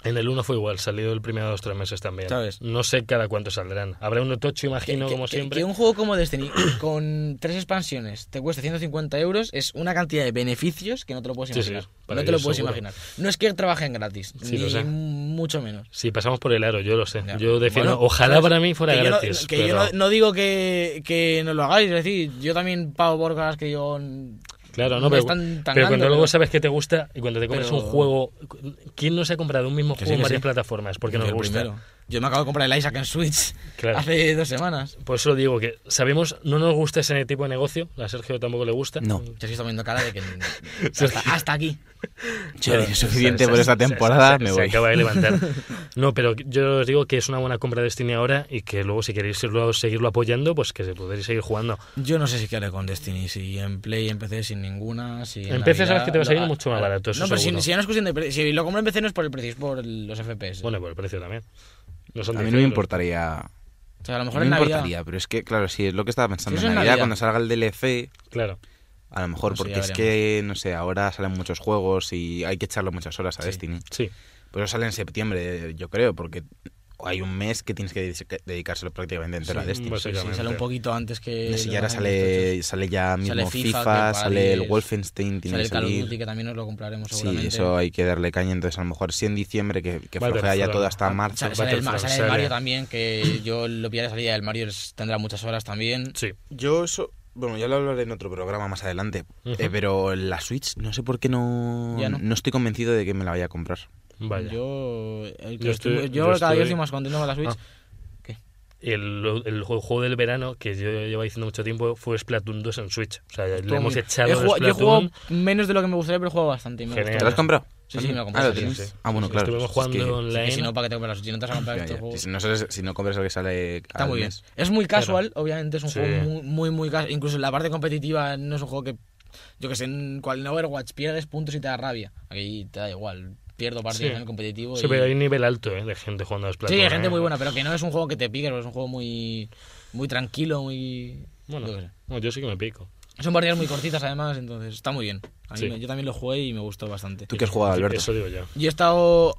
En el 1 fue igual, salió el primero de los tres meses también. ¿Sabes? No sé cada cuánto saldrán. Habrá uno tocho, que, imagino, que- como que- siempre. que un juego como Destiny con tres expansiones te cueste 150 euros es una cantidad de beneficios que no te lo puedes Sí, sí, imaginar. para no te lo ellos puedes seguro. imaginar. No es que trabajen gratis, Sí, lo ni sé. mucho menos. Sí, pasamos por el aro, yo lo sé. Ya. Yo defiendo. Bueno, Ojalá ¿sabes? para mí fuera Que yo no- gratis. que yo pero- no, no digo que, que no lo hagáis, es decir, yo también pago por cosas que yo. Claro, me no, pero, están pero tangando, cuando luego pero- sabes que te gusta y cuando te compras Pero- un juego. ¿Quién no se ha comprado un mismo Que sí, juego en que varias sí. plataformas? Porque nos el gusta. primero. Yo me acabo de comprar el Isaac en Switch Claro. hace dos semanas. Por eso lo digo, que sabemos, no nos gusta ese tipo de negocio. A Sergio tampoco le gusta. No. Te estoy viendo cara de que. hasta, hasta aquí. Yo Pero- digo, suficiente se- por se- esta se- temporada, se- me se voy. acaba de levantar. No, pero yo os digo que es una buena compra de Destiny ahora y que luego si queréis irlo- seguirlo apoyando, pues que se podréis seguir jugando. Yo no sé si qué haré con Destiny, si en Play empecé sin ninguna, si En PC sabes Navidad- que te va a salir no, mucho más barato, eso No, pero si, seguro. si ya no es cuestión de pre- si lo compro en PC no es por el precio, es por el- los FPS. Bueno, y por el precio también. No son A mí 10 no me euros. importaría. o sea, a lo No mejor me en Navidad. importaría, pero es que, claro, sí, es lo que estaba pensando. Sí, eso En es Navidad, Navidad. cuando salga el DLC, Claro. a lo mejor, No sé, porque ya es que, no sé, ahora salen muchos juegos y hay que echarle muchas horas a Destiny. Sí. Pues eso sale en septiembre, yo creo, porque hay un mes que tienes que dedic- dedicárselo prácticamente entero Sí, a Destiny. pues, Sí, Sí, sí, sale un poquito antes que. los si ya ahora años sale, sale ya mismo Sale FIFA, FIFA, que para sale el mí es- Wolfenstein, tiene Sale que el Call of salir. Duty, que también nos lo compraremos Sí, seguramente. eso hay que darle caña. Entonces, a lo mejor si en diciembre, que, que Vale, flojea ya pero- todo hasta ah, marzo. Sale, sale el, ma- Battlefront, sale el sale. Mario también, que yo lo pillaré de salida. El Mario es- tendrá muchas horas también. Sí. Yo eso, bueno, ya lo hablaré en otro programa más adelante, Ujú. eh, pero la Switch no sé por qué no, Ya no. no. estoy convencido de que me la vaya a comprar. Vaya. Yo, el que Yo estoy- estoy- yo yo cada día estoy- Ah, estoy más contento con la Switch. El, el juego juego del verano, que yo llevo diciendo mucho tiempo, fue Splatoon 2 en Switch. O sea, le Todo hemos muy bien. echado He el jugado- Splatoon. yo he jugado menos de lo que me gustaría, pero he jugado bastante. y me Genial. ¿Te gustó. la has comprado? Sí, sí, me la compré, Ah, ¿lo sí, tienes? sí. Ah, bueno, claro. Estuvimos es jugando que- Sí, online. que si no, ¿para qué te compras la Switch? Si no te vas a comprar Ya, este ya, juego. que si, no sales- si no compras el que sale. Está al muy bien. mes. Es muy Claro. casual, obviamente, es un Sí. juego muy, muy, muy casual. Incluso en la parte competitiva no es un juego que, yo que sé, en cual en Overwatch pierdes puntos y te da rabia. Aquí te da igual, pierdo partidas Sí. en el competitivo. Sí, y- pero hay un nivel alto eh, de gente jugando a Splatoon. Sí, hay gente eh. muy buena, pero que no es un juego que te pique, pero es un juego muy, muy tranquilo, muy... Bueno, yo qué sé. no, yo sí que me pico. Son partidas muy cortitas además, entonces está muy bien. A mí Sí. me- yo también lo jugué y me gustó bastante. ¿Tú qué has jugado, Alberto? Eso digo yo. Yo he estado.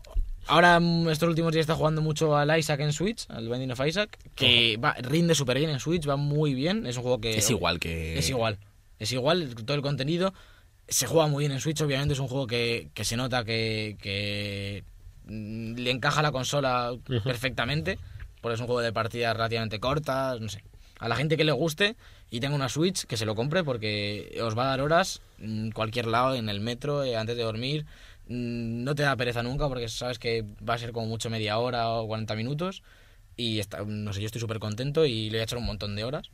Ahora, mm, estos últimos días, he estado jugando mucho al Isaac en Switch, al Binding of Isaac, que va, rinde súper bien en Switch, va muy bien. Es un juego que. Es igual que. Es igual. Es igual, todo el contenido. Se juega muy bien en Switch, obviamente. Es un juego que, que se nota que, que, mm, le encaja a la consola perfectamente. Porque es un juego de partidas relativamente cortas, no sé. A la gente que le guste y tenga una Switch, que se lo compre porque os va a dar horas en cualquier lado, en el metro, eh, antes de dormir. Mm, No te da pereza nunca porque sabes que va a ser como mucho media hora o 40 minutos. Y está, no sé, yo estoy súper contento y le voy a echar un montón de horas.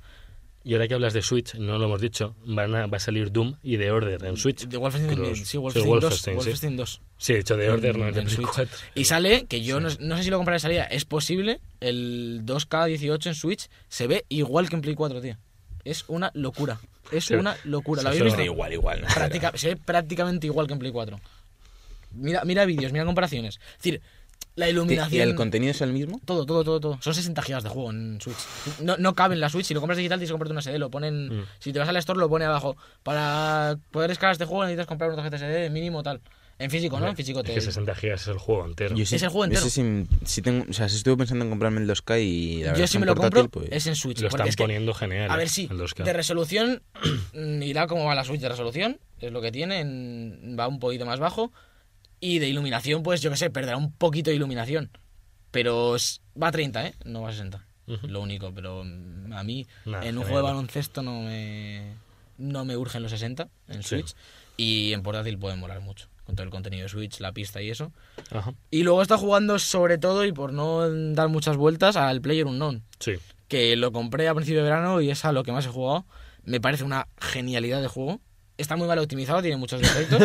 Y ahora que hablas de Switch, no lo hemos dicho, van a- va a salir Doom y The Order en Switch. De Wolfenstein, Los- sí, Wolfenstein 2. sí. Wolfenstein 2. Sí, he dicho The Order, no el de en Play Switch. 4. Y sale, que yo no, no sé si lo compraré de salida, es posible, el 2K18 en Switch se ve igual que en Play 4, tío. Es una locura. Es Sí. una locura. ¿Lo Sí, habéis sí. visto? Igual, igual. ¿no? Práctica- se ve prácticamente igual que en Play 4. Mira, mira vídeos, mira comparaciones. Es decir, la iluminación... ¿Y el contenido es el mismo? Todo, todo, todo, todo. Son 60 gigas de juego en Switch. No, no cabe en la Switch. Si lo compras digital, tienes que comprarte una SD. Lo ponen. Mm. Si te vas al store, lo pone abajo. Para poder escalar este juego, necesitas comprar una tarjeta SD mínimo tal. En físico, ¿no? En físico Es te. que 60 gigas es el juego entero. Yo Es el juego yo entero. sé si, si tengo, o sea, si estuve pensando en comprarme el 2K y la verdad Yo es que si un me lo portátil, compro, pues- es en Switch. lo porque están es que- poniendo genial. a eh, ver, sí. en 2K. De resolución, irá como va la Switch de resolución. Es lo que tiene. en- va un poquito más bajo. Y de iluminación, pues yo qué sé, perderá un poquito de iluminación. Pero es- va a 30, ¿eh? No va a 60. Ujú. Lo único, pero mm, a mí Nah, en genial. un juego de baloncesto no me, no me urgen los 60 en Sí. Switch. Y en portátil pueden molar mucho. Con todo el contenido de Switch, la pista y eso. Ajá. Y luego está jugando sobre todo, y por no dar muchas vueltas, al Player Unknown Sí. que lo compré a principio de verano y es a lo que más he jugado. Me parece una genialidad de juego. Está muy mal optimizado, tiene muchos defectos.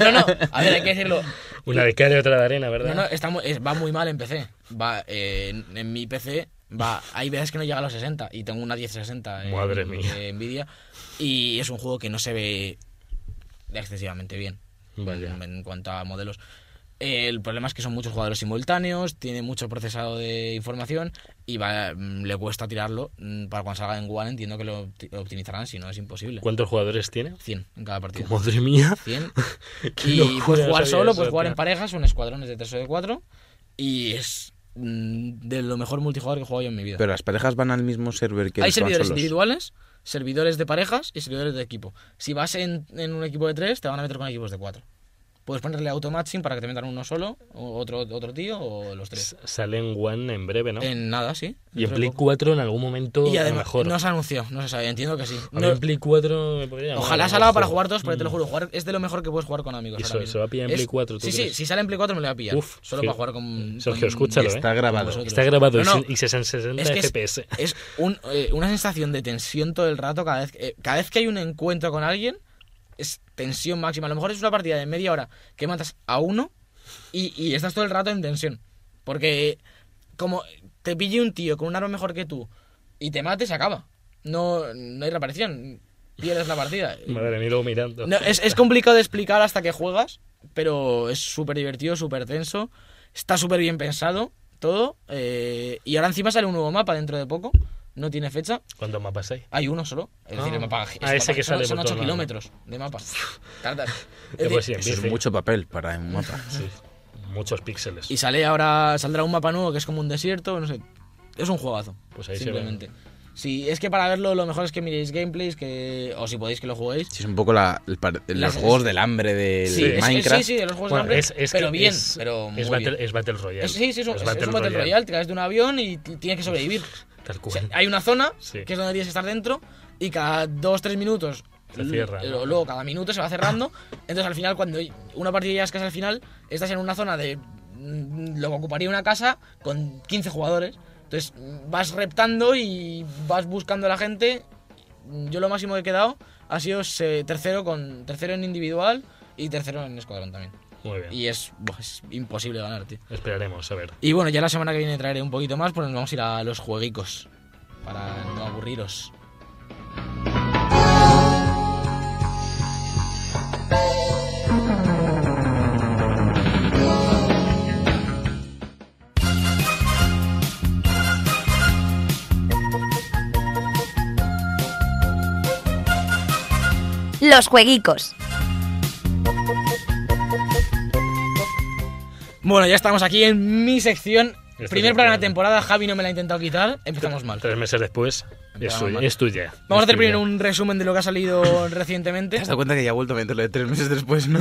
No, no, a ver, hay que decirlo. Una de cara y otra de arena, ¿verdad? No, no, está mu- es- va muy mal en PC. Va, eh, en, en mi PC va, hay veces que no llega a los 60 y tengo una 1060 en- Madre mía. de Nvidia y es un juego que no se ve excesivamente bien Vaya. en, en cuanto a modelos. Eh, El problema es que son muchos jugadores simultáneos, tiene mucho procesado de información y va- mm, le cuesta tirarlo. Mm, Para cuando salga en One entiendo que lo opti- optimizarán, si no es imposible. ¿Cuántos jugadores tiene? 100 en cada partido. Madre mía. 100. Qué Y locura, puedes no jugar sabía solo, eso, puedes jugar tío. en parejas o en escuadrones de 3 o de 4. Y es mm, de lo mejor multijugador que he jugado yo en mi vida. Pero las parejas van al mismo server que Hay los servidores consolos. individuales, servidores de parejas y servidores de equipo. Si vas en, en un equipo de tres, te van a meter con equipos de cuatro. Puedes ponerle automatching para que te metan uno solo, o otro, otro tío o los tres. S- Sale en One en breve, ¿no? En nada, sí. y en Pero- Play 4 en algún momento Y a lo además, mejor. no se anunció, no se sabe, entiendo que sí. A mí No- en Play 4 me podría llamar, ojalá ¿no? salga para Ojo. jugar todos, porque te lo Mm. juro, jugar es de lo mejor que puedes jugar con amigos. ¿Y ahora se- mismo. se va a pillar en Es- Play 4, tú Sí, sí, crees? si sale en Play 4 me lo voy a pillar. Uf, solo sí. para jugar con. Sergio, con- escúchalo, ¿eh? Está grabado. vosotros. Está grabado No, no, y se- y 60 es que es- FPS. Es un, eh, una sensación de tensión todo el rato. Cada vez, que- eh, cada vez que hay un encuentro con alguien, es tensión máxima. A lo mejor es una partida de media hora que matas a uno y, y estás todo el rato en tensión. Porque como te pille un tío con un arma mejor que tú y te mate, se acaba. No, no hay reaparición. Pierdes la partida. Madre mía, luego mirando. No, es, es complicado de explicar hasta que juegas, pero es súper divertido, súper tenso. Está súper bien pensado todo. eh, y ahora encima sale un nuevo mapa dentro de poco. No tiene fecha. ¿Cuántos mapas hay? Hay uno solo. Es decir, Ah. el mapa. Ah, es ese mapa- que son- sale Son por 8 todos lados. kilómetros de mapa. Tardas. Es Eh, decir, pues sí, en Eso es bici. mucho papel para un mapa. Sí. muchos píxeles. Y sale ahora, saldrá un mapa nuevo que es como un desierto, no sé. Es un juegazo. Pues ahí se simplemente. Sí, es que para verlo lo mejor es que miréis gameplays, que, o si podéis que lo juguéis. Sí, es un poco la- el par- los Las- juegos del hambre del Sí, es- es- Minecraft. sí, sí, de los juegos Bueno, de hambre, es, es pero que bien, es, pero muy es battle, bien. es Battle Royale. Es- sí, sí, es un, es- es un Battle Royale, te caes de un avión y t- tienes que sobrevivir. Tal O cual. sea, hay una zona Pues, Sí. que es donde tienes que estar dentro y cada 2-3 minutos Se cierra, l- ¿no? Luego cada minuto se va cerrando. entonces al final, cuando una partida ya es casi al final, estás en una zona de mm, lo que ocuparía una casa con 15 jugadores. Entonces mm, vas reptando y vas buscando a la gente. Yo lo máximo que he quedado ha sido se- tercero con tercero en individual y tercero en escuadrón también. Muy bien. Y es, buah, es imposible ganar, tío. Esperaremos, a ver. Y bueno, ya la semana que viene traeré un poquito más, pues nos vamos a ir a los jueguicos. Para no aburriros. Los jueguicos. Bueno, ya estamos aquí en mi sección. Esta Primer sección. programa de temporada, Javi no me la ha intentado quitar. Empezamos mal. Tres meses después, es, Empezamos suya, mal. es tuya. Vamos a Es hacer tuya. primero un resumen de lo que ha salido recientemente. ¿Te has dado cuenta que ya ha vuelto a meterlo de tres meses después, no?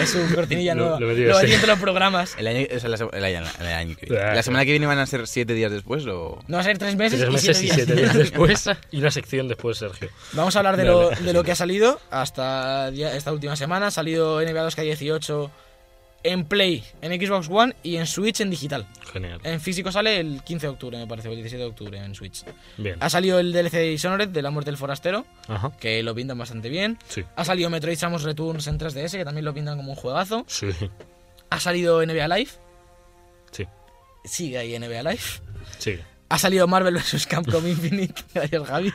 Es su cortinilla Lo- nueva. lo Lo he metido, metí sí. entre los programas. El año, o sea, la, se- el año- el año que Ah, viene. claro. ¿La semana que viene van a ser siete días después o...? No va a ser tres meses, Tres meses y y siete días. siete días después. Y una sección después, Sergio. Vamos a hablar de, Vale. lo, de lo que ha salido hasta día- esta última semana. Ha salido NBA 2K18 en Play, en Xbox One y en Switch en digital. Genial. En físico sale el 15 de octubre, me parece, o el 17 de octubre en Switch. Bien. Ha salido el DLC de Dishonored, de la muerte del forastero, Ajá. que lo pintan bastante bien. Sí. Ha salido Metroid Samus Returns en 3DS, que también lo pintan como un juegazo. Sí. Ha salido NBA Live, Sí. sigue ahí NBA Live. Sí. Ha salido Marvel vs. Capcom Infinite, gracias Javi.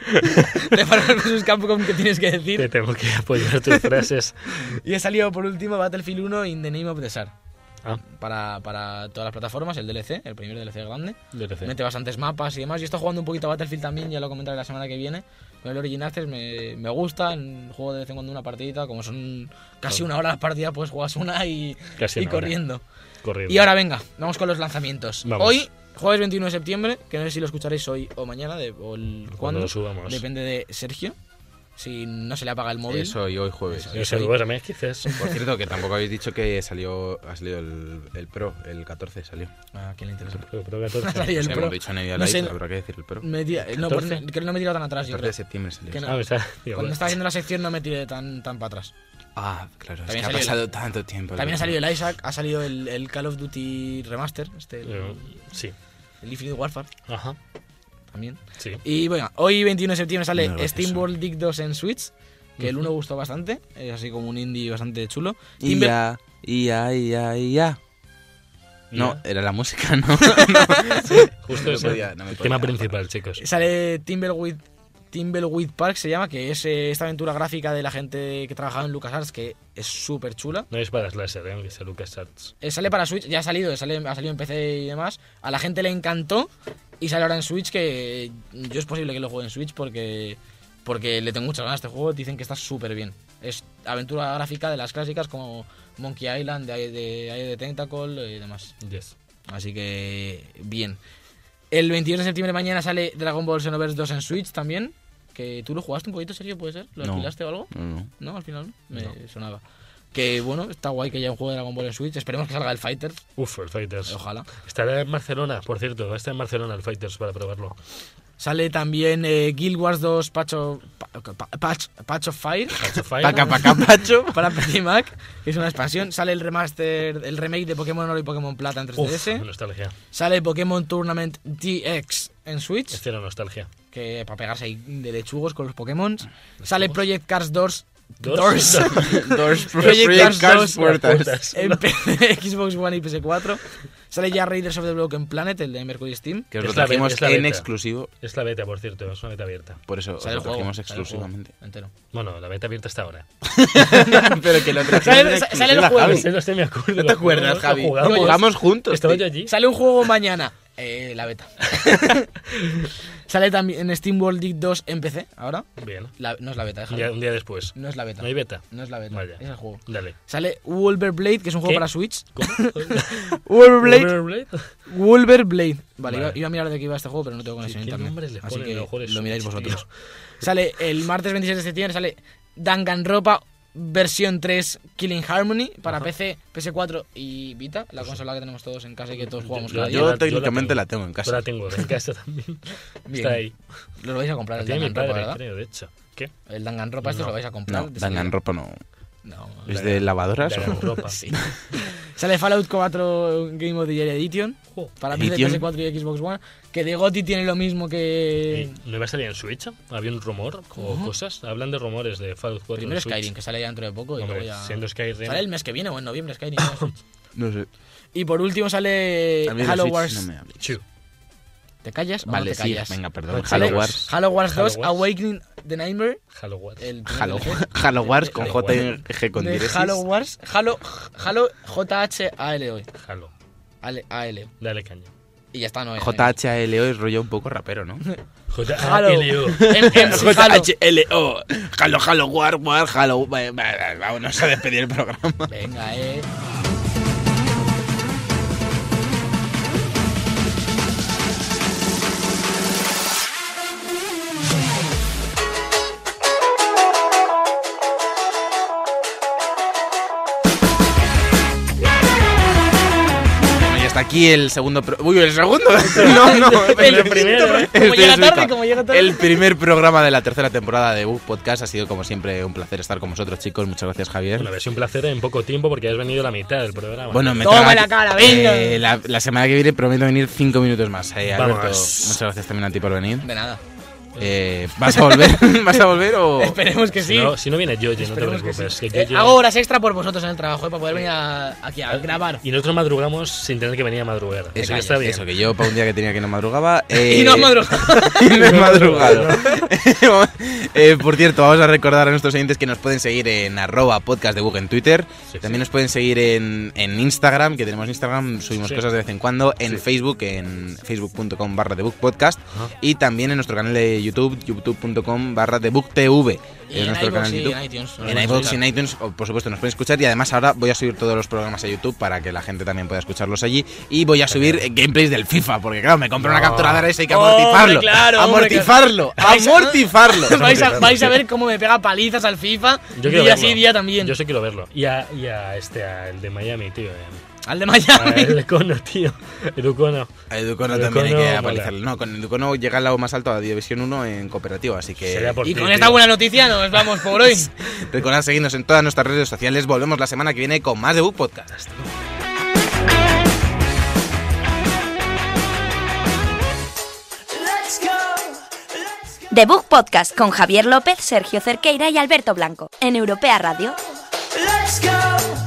De Marvel vs. Capcom, ¿qué tienes que Te decir? tengo que apoyar tus frases. Y ha salido por último Battlefield 1 in the Name of the Tsar. Ah, Para, para todas las plataformas, el DLC, el primer DLC grande. DLC. Mete bastantes mapas y demás. Yo estoy jugando un poquito a Battlefield también, ya lo comentaré la semana que viene. Con el Origin Access me, me gusta, en- juego de vez en cuando una partidita, como son casi una hora las partidas, pues juegas una y, Casi y una hora. corriendo. Corriendo. Y ahora venga, vamos con los lanzamientos. Vamos. Hoy, jueves 21 de septiembre, que no sé si lo escucharéis hoy o mañana, de, o el- Cuando cuándo, lo subamos. depende de Sergio, si no se le apaga el móvil. Eso y hoy jueves. Eso. Y se duerme, quizás. Por cierto, que tampoco habéis dicho que salió, ha salido el, el Pro, el 14 salió. Ah, ¿quién le interesa? Pero- pero 14. Y el Si Pro. hemos dicho NBA No sé, Live, habrá que decir el Pro. me tira- no, pues, 14. creo que no me he tirado tan atrás, yo 14 de creo. septiembre salió. Que no. Ah, me está. digo, Cuando estaba haciendo la sección no me tiré tan, tan para atrás. Ah, claro, es También que ha salió el- pasado tanto tiempo. También ha salido el Isaac, ha salido el, el Call of Duty Remaster, este, el, eh, Sí. el Infinite Warfare Ajá. también. Sí. Y bueno, hoy 21 de septiembre sale No lo haces Steam solo. World Dig 2 en Switch, que el 1 gustó bastante, es así como un indie bastante chulo. Y Timber- ya, y ya, y ya, y ya. No, era la música, ¿no? Justo No me ese. podía- no me el podía tema parar. principal, chicos. Sale Timberwheat, Timberwheat Park, se llama, que es eh, esta aventura gráfica de la gente que trabajaba en LucasArts, que es súper chula. No es para Slasher, ¿eh? aunque sea Lucas Arts. Eh, sale para Switch, ya ha salido, sale, ha salido en PC y demás. A la gente le encantó y sale ahora en Switch, que eh, yo es posible que lo juegue en Switch porque, porque le tengo muchas ganas a este juego, dicen que está súper bien. Es aventura gráfica de las clásicas como Monkey Island, de, de, Eye of the Tentacle y demás. Yes. Así que bien. El 22 de septiembre mañana sale Dragon Ball Xenoverse 2 en Switch también. Que tú lo jugaste un poquito, Sergio, ¿puede ser? ¿Lo No. alquilaste o algo? No, no. No, al final no. me No. sonaba. Que bueno, está guay que haya un juego de Dragon Ball en Switch. Esperemos que salga el Fighter. Uf, el Fighters. Ojalá. Estará en Barcelona, por cierto. Está en Barcelona el Fighters para probarlo. Sale también eh, Guild Wars 2 Patch of, pa- pa- Patch, Patch of Fire Pacho Fire. Paca, paca, pacho. para PC y Mac. que es una expansión. Sale el remaster, el remake de Pokémon Oro y Pokémon Plata en Uf, 3DS. nostalgia. Sale Pokémon Tournament DX en Switch. Es cero nostalgia. que para pegarse ahí de lechugos con los Pokémon. Sale Project Cars Doors. Doors. Doors. Doors, Project Cars Cars, dos, puertas. en PC, Xbox One y PS4. Sale ya Raiders of the Broken Planet, el de Mercury Steam. Que os Es lo la be- trajimos es la en beta. exclusivo, Es la beta, por cierto. Es una beta abierta. por eso os Sale lo el juego. trajimos sale el juego exclusivamente. entero. Bueno, la beta abierta está ahora. Pero que lo trajimos Sale- en sa- sale el exclusiva, juego. Javi. No sé, no sé, me acuerdo. ¿No te acuerdas, Javi? Jugamos, Jugamos juntos. Estaba tío. yo allí. Sale un juego mañana. Eh, la beta. Sale también en Steam World Dig 2 en PC ahora. Bien. La- no es la beta, Un déjalo. día, un día después. No es la beta. ¿No hay beta? No es la beta. Vaya. Es el juego. Dale. Sale Wolverblade, que es un juego ¿Qué? para Switch. ¿Cómo? Wolverblade. Blade. Wolverblade. Vale. Vale, Iba, iba a mirar de qué iba este juego, pero no tengo conexión a ¿Qué internet. nombres le así ponen? que Ojo, eres lo miráis un vosotros. tío. Sale el martes 26 de septiembre, sale Danganronpa versión 3 Killing Harmony para Ajá. PC, PS4 y Vita, la consola que tenemos todos en casa y que todos jugamos Yo- cada día. yo Yo, la- técnicamente yo la la tengo en Yo casa. la tengo en casa también. Bien. Está ahí. Lo vais a comprar La el tiene mi Danganronpa, padre, ¿verdad? creo, de hecho. ¿Qué? El Danganronpa esto No. lo vais a comprar. No, de salida. Danganronpa no. No. ¿Es de lavadoras? De o- ropa. Sí. Sale Fallout 4 Game of the Year Edition Jo. para PC, Edition. PS4 y Xbox One, que de GOTY tiene lo mismo que Ey, ¿No iba a salir en Switch? ¿Había un rumor o ¿Cómo? cosas? Hablan de rumores de Fallout 4 Pues Primero en Switch. Skyrim, que sale ya dentro de poco y Hombre, luego ya... siendo Skyrim... Sale el mes que viene o en noviembre Skyrim. ya, Switch. No sé. y por último sale A mí de Eh, Halo Switch Wars. no me hables. Chu. ¿Te callas o no Vale, te sí, callas? venga, perdón. Vale, Halo sale- Wars. Halo Wars 2, Halo Wars. Awakening the Nightmare. Halo Wars. El primer Halo, DLC Halo Wars con Halo J Wars. G con de diéresis. Halo Wars. Halo, Halo J-H-A-L-O. Halo. Ale- A-L-O. Dale caña. Y ya está, no es. JHLO es rollo un poco rapero, ¿no? J-A-L-O. Halo. JHLO. Halo, Halo, War, War, Halo. Va- va- va- Vámonos a despedir el programa. Venga, eh. Bueno, y hasta aquí el segundo. pro- Uy, el segundo. No, no. El primero, ¿eh? Como Estoy llega tarde, desubicado. como llega tarde. El primer programa de la tercera temporada de Bug Podcast. Ha sido, como siempre, un placer estar con vosotros, chicos. Muchas gracias, Javier. Bueno, ha sido un placer en poco tiempo porque has venido la mitad del programa. Bueno, me Toma traga- la cara, venga. eh, la, la semana que viene prometo venir cinco minutos más. Eh, Alberto, Vamos. muchas gracias también a ti por venir. De nada. Eh, ¿Vas a volver? ¿Vas a volver o...? Esperemos que si, sí. no, si no viene Yoye, no te Esperemos que preocupes. sí. que Eh, Yoye- hago horas extra por vosotros en el trabajo eh, para poder venir a- aquí a grabar. Y nosotros madrugamos sin tener que venir a madrugar. Así Eso, que está bien. eso, que yo para un día que tenía que no madrugaba... eh, Y no madrugado. y no he madrugado. Eh, por cierto, vamos a recordar a nuestros oyentes que nos pueden seguir en arroba podcast de Bug en Twitter. Sí, sí. También nos pueden seguir en, en Instagram, que tenemos Instagram, subimos Sí. cosas de vez en cuando. En Sí. Facebook, en facebook.com barra de Bug Podcast. Ajá. Y también en nuestro canal de YouTube, youtube.com barra de Bug TV. Y Es en nuestro iVoox canal de y en YouTube. iTunes. En iVoox y en iTunes, o, por supuesto, nos pueden escuchar. Y además, ahora voy a subir todos los programas a YouTube para que la gente también pueda escucharlos allí. Y voy a subir eh, gameplays del FIFA, porque claro, me compro una No. capturadora y eso hay que Hombre, amortizarlo. claro, hombre, amortizarlo, claro. amortizarlo. vais, a, vais a ver cómo me pega palizas al FIFA. Yo quiero día verlo. sí, día también. Yo sí quiero verlo. Y a, y a este, al de Miami, tío. eh. Al de A Miami. el Cono, tío. El Cono. A Educono Educono también hay que mola. amortizarlo. No, con Educono llega al lado más alto a la División 1 en cooperativo, así que Sería por Y ti, con tío. esta buena noticia nos vamos por hoy. recordad seguirnos en todas nuestras redes sociales. Volvemos la semana que viene con más de Book Podcast. The Book Podcast con Javier López, Sergio Cerqueira y Alberto Blanco en Europea Radio. Let's go. Oh.